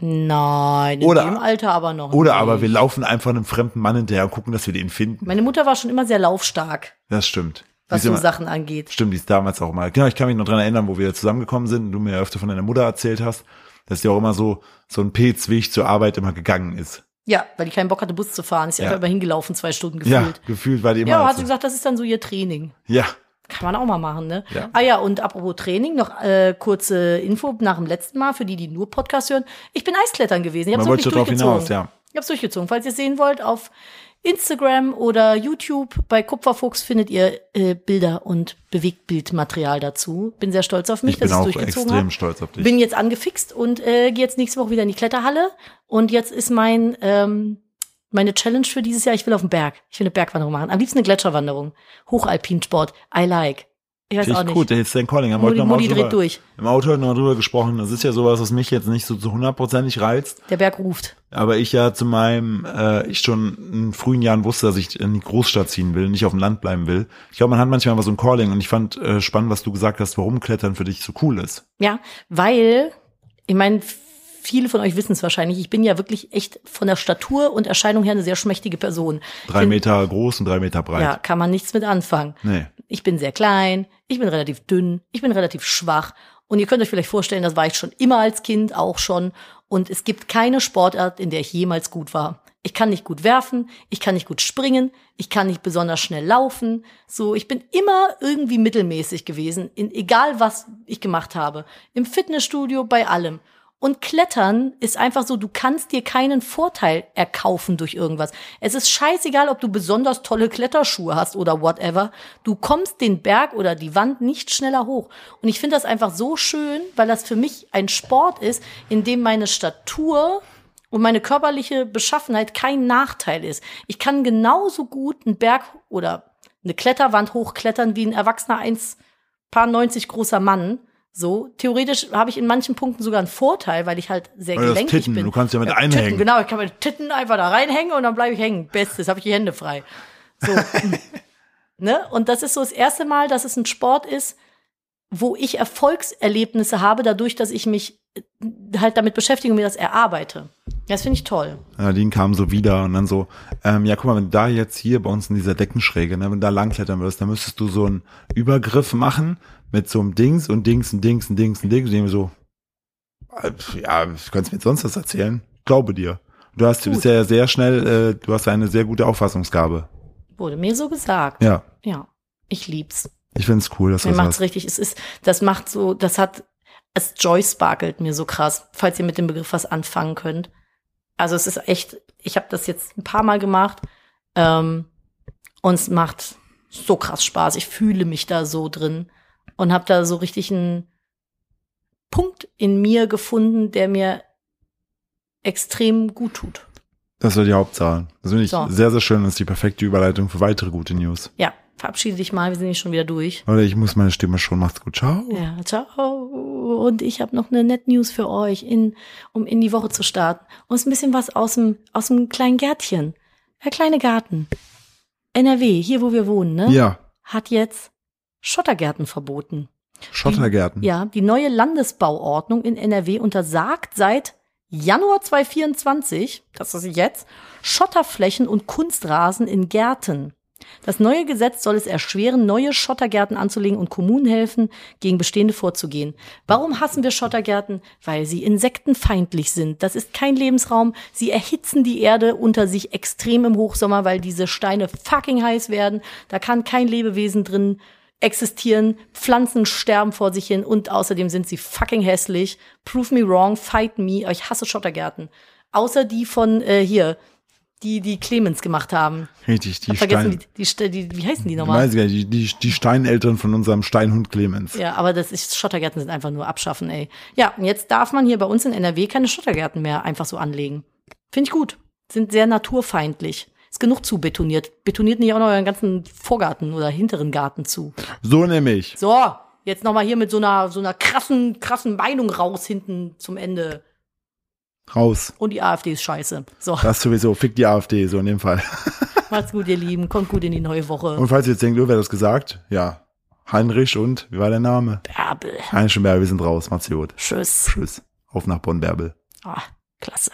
[SPEAKER 3] nein, in
[SPEAKER 2] Oder-
[SPEAKER 3] dem Alter aber noch
[SPEAKER 2] Oder
[SPEAKER 3] nicht.
[SPEAKER 2] aber wir laufen einfach einem fremden Mann hinterher und gucken, dass wir den finden.
[SPEAKER 3] Meine Mutter war schon immer sehr laufstark,
[SPEAKER 2] Das stimmt.
[SPEAKER 3] was
[SPEAKER 2] Die
[SPEAKER 3] so
[SPEAKER 2] ist immer-
[SPEAKER 3] Sachen angeht.
[SPEAKER 2] Stimmt, die ist damals auch mal. Genau, ich kann mich noch dran erinnern, wo wir zusammengekommen sind und du mir öfter von deiner Mutter erzählt hast, dass die auch immer so, so ein Pilzweg zur Arbeit immer gegangen ist.
[SPEAKER 3] Ja, weil die keinen Bock hatte, Bus zu fahren. Ist ja.
[SPEAKER 2] Ja.
[SPEAKER 3] einfach immer hingelaufen, zwei Stunden
[SPEAKER 2] Ja,
[SPEAKER 3] gefühlt.
[SPEAKER 2] gefühlt war die immer.
[SPEAKER 3] Ja, hat
[SPEAKER 2] so-
[SPEAKER 3] sie gesagt, das ist dann so ihr Training.
[SPEAKER 2] ja,
[SPEAKER 3] Kann man auch mal machen, ne?
[SPEAKER 2] Ja.
[SPEAKER 3] Ah ja, und apropos Training, noch äh, kurze Info nach dem letzten Mal, für die, die nur Podcast hören. Ich bin Eisklettern gewesen. Ich habe
[SPEAKER 2] man
[SPEAKER 3] es
[SPEAKER 2] wollte
[SPEAKER 3] wirklich
[SPEAKER 2] schon drauf
[SPEAKER 3] durchgezogen.
[SPEAKER 2] hinaus, ja.
[SPEAKER 3] Ich hab's durchgezogen. Falls ihr es sehen wollt, auf Instagram oder YouTube bei Kupferfuchs findet ihr äh, Bilder und Bewegtbildmaterial dazu. Bin sehr stolz auf mich,
[SPEAKER 2] Ich bin
[SPEAKER 3] dass
[SPEAKER 2] auch
[SPEAKER 3] ich es durchgezogen
[SPEAKER 2] extrem
[SPEAKER 3] habe.
[SPEAKER 2] stolz auf dich.
[SPEAKER 3] Bin jetzt angefixt und äh, gehe jetzt nächste Woche wieder in die Kletterhalle. Und jetzt ist mein ähm, meine Challenge für dieses Jahr, ich will auf den Berg. Ich will eine Bergwanderung machen. Am liebsten eine Gletscherwanderung. Hochalpinsport. I like. Ich weiß auch
[SPEAKER 2] Richtig
[SPEAKER 3] nicht.
[SPEAKER 2] gut, der ist Stan Calling. Haben wir
[SPEAKER 3] Mutti-
[SPEAKER 2] heute noch mal
[SPEAKER 3] Mutti dreht
[SPEAKER 2] drüber-
[SPEAKER 3] durch.
[SPEAKER 2] Im Auto heute noch drüber gesprochen. Das ist ja sowas, was mich jetzt nicht so zu hundertprozentig reizt.
[SPEAKER 3] Der Berg ruft.
[SPEAKER 2] Aber ich ja zu meinem, äh, ich schon in frühen Jahren wusste, dass ich in die Großstadt ziehen will, nicht auf dem Land bleiben will. Ich glaube, man hat manchmal mal so ein Calling und ich fand äh, spannend, was du gesagt hast, warum Klettern für dich so cool ist.
[SPEAKER 3] Ja, weil, ich meine, viele von euch wissen es wahrscheinlich, ich bin ja wirklich echt von der Statur und Erscheinung her eine sehr schmächtige Person.
[SPEAKER 2] Drei Meter groß und drei Meter breit.
[SPEAKER 3] Ja, kann man nichts mit anfangen.
[SPEAKER 2] Nee.
[SPEAKER 3] Ich bin sehr klein, ich bin relativ dünn, ich bin relativ schwach. Und ihr könnt euch vielleicht vorstellen, das war ich schon immer als Kind, auch schon. Und es gibt keine Sportart, in der ich jemals gut war. Ich kann nicht gut werfen, ich kann nicht gut springen, ich kann nicht besonders schnell laufen. So, ich bin immer irgendwie mittelmäßig gewesen, in egal was ich gemacht habe. Im Fitnessstudio, bei allem. Und Klettern ist einfach so, du kannst dir keinen Vorteil erkaufen durch irgendwas. Es ist scheißegal, ob du besonders tolle Kletterschuhe hast oder whatever. Du kommst den Berg oder die Wand nicht schneller hoch. Und ich finde das einfach so schön, weil das für mich ein Sport ist, in dem meine Statur und meine körperliche Beschaffenheit kein Nachteil ist. Ich kann genauso gut einen Berg oder eine Kletterwand hochklettern wie ein Erwachsener 1 paar 90 großer Mann. So, theoretisch habe ich in manchen Punkten sogar einen Vorteil, weil ich halt sehr
[SPEAKER 2] Weil das
[SPEAKER 3] gelenkig
[SPEAKER 2] Titten,
[SPEAKER 3] bin.
[SPEAKER 2] du kannst ja mit
[SPEAKER 3] Titten,
[SPEAKER 2] einhängen.
[SPEAKER 3] genau, ich kann mit Titten einfach da reinhängen und dann bleibe ich hängen. Bestes, habe ich die Hände frei. So. ne? Und das ist so das erste Mal, dass es ein Sport ist, wo ich Erfolgserlebnisse habe, dadurch, dass ich mich äh, halt damit beschäftige und mir das erarbeite. Das finde ich toll.
[SPEAKER 2] Nadine kam so wieder und dann so, ähm, ja guck mal, wenn du da jetzt hier bei uns in dieser Deckenschräge, ne, wenn du da langklettern würdest, dann müsstest du so einen Übergriff machen mit so einem Dings und Dings und Dings und Dings und Dings. Und ich mir so, äh, pf, ja, du kannst mir jetzt sonst was erzählen. Glaube dir. Du hast, du bist ja sehr schnell, äh, du hast eine sehr gute Auffassungsgabe.
[SPEAKER 3] Wurde mir so gesagt.
[SPEAKER 2] Ja,
[SPEAKER 3] ja. Ich lieb's.
[SPEAKER 2] ich find's cool, dass du
[SPEAKER 3] Mir
[SPEAKER 2] das
[SPEAKER 3] macht's
[SPEAKER 2] hast.
[SPEAKER 3] richtig. Es ist, das macht so, das hat, es Joy sparkelt mir so krass, falls ihr mit dem Begriff was anfangen könnt. Also es ist echt, ich habe das jetzt ein paar Mal gemacht ähm, und es macht so krass Spaß. Ich fühle mich da so drin und habe da so richtig einen Punkt in mir gefunden, der mir extrem gut tut.
[SPEAKER 2] Das war die Hauptzahl. Das finde ich
[SPEAKER 3] So.
[SPEAKER 2] sehr, sehr schön. Das ist die perfekte Überleitung für weitere gute News.
[SPEAKER 3] Ja, verabschiede dich mal, wir sind nicht schon wieder durch.
[SPEAKER 2] Leute, ich muss meine Stimme schon. Macht's gut. Ciao.
[SPEAKER 3] Ja, ciao. Und ich habe noch eine nette News für euch, in, um in die Woche zu starten. Und ein bisschen was aus dem, aus dem kleinen Gärtchen. Der kleine Garten. NRW, hier wo wir wohnen, ne?
[SPEAKER 2] Ja,
[SPEAKER 3] Hat jetzt Schottergärten verboten.
[SPEAKER 2] Schottergärten.
[SPEAKER 3] Ja, die neue Landesbauordnung in NRW untersagt seit Januar 2024, das ist jetzt, Schotterflächen und Kunstrasen in Gärten. Das neue Gesetz soll es erschweren, neue Schottergärten anzulegen und Kommunen helfen, gegen bestehende vorzugehen. Warum hassen wir Schottergärten? Weil sie insektenfeindlich sind. Das ist kein Lebensraum. Sie erhitzen die Erde unter sich extrem im Hochsommer, weil diese Steine fucking heiß werden. Da kann kein Lebewesen drin existieren, Pflanzen sterben vor sich hin und außerdem sind sie fucking hässlich. Prove me wrong, fight me, aber ich hasse Schottergärten. Außer die von äh, hier, die die Clemens gemacht haben.
[SPEAKER 2] Richtig, die
[SPEAKER 3] Hab vergessen,
[SPEAKER 2] Steine.
[SPEAKER 3] wie, die, Ste- die, wie heißen die
[SPEAKER 2] Ich
[SPEAKER 3] nochmal?
[SPEAKER 2] weiß gar nicht, die, die, die Steineltern von unserem Steinhund Clemens.
[SPEAKER 3] Ja, aber das ist, Schottergärten sind einfach nur abschaffen, ey. Ja, und jetzt darf man hier bei uns in NRW keine Schottergärten mehr einfach so anlegen. Finde ich gut. Sind sehr naturfeindlich. Ist genug zu betoniert. Betoniert nicht auch noch euren ganzen Vorgarten oder hinteren Garten zu.
[SPEAKER 2] So nämlich.
[SPEAKER 3] So, jetzt nochmal hier mit so einer, so einer krassen, krassen Meinung raus hinten zum Ende.
[SPEAKER 2] Raus.
[SPEAKER 3] Und die AfD ist scheiße. So,
[SPEAKER 2] Das sowieso. Fick die AfD, so in dem Fall.
[SPEAKER 3] macht's gut, ihr Lieben. Kommt gut in die neue Woche.
[SPEAKER 2] Und falls ihr jetzt denkt, oh, wer hat das gesagt? Ja. Heinrich und, wie war der Name?
[SPEAKER 3] Bärbel.
[SPEAKER 2] Heinrich und Bärbel, wir sind raus. Macht's gut.
[SPEAKER 3] Tschüss.
[SPEAKER 2] Tschüss. Auf nach Bonn, Bärbel.
[SPEAKER 3] Ah, klasse.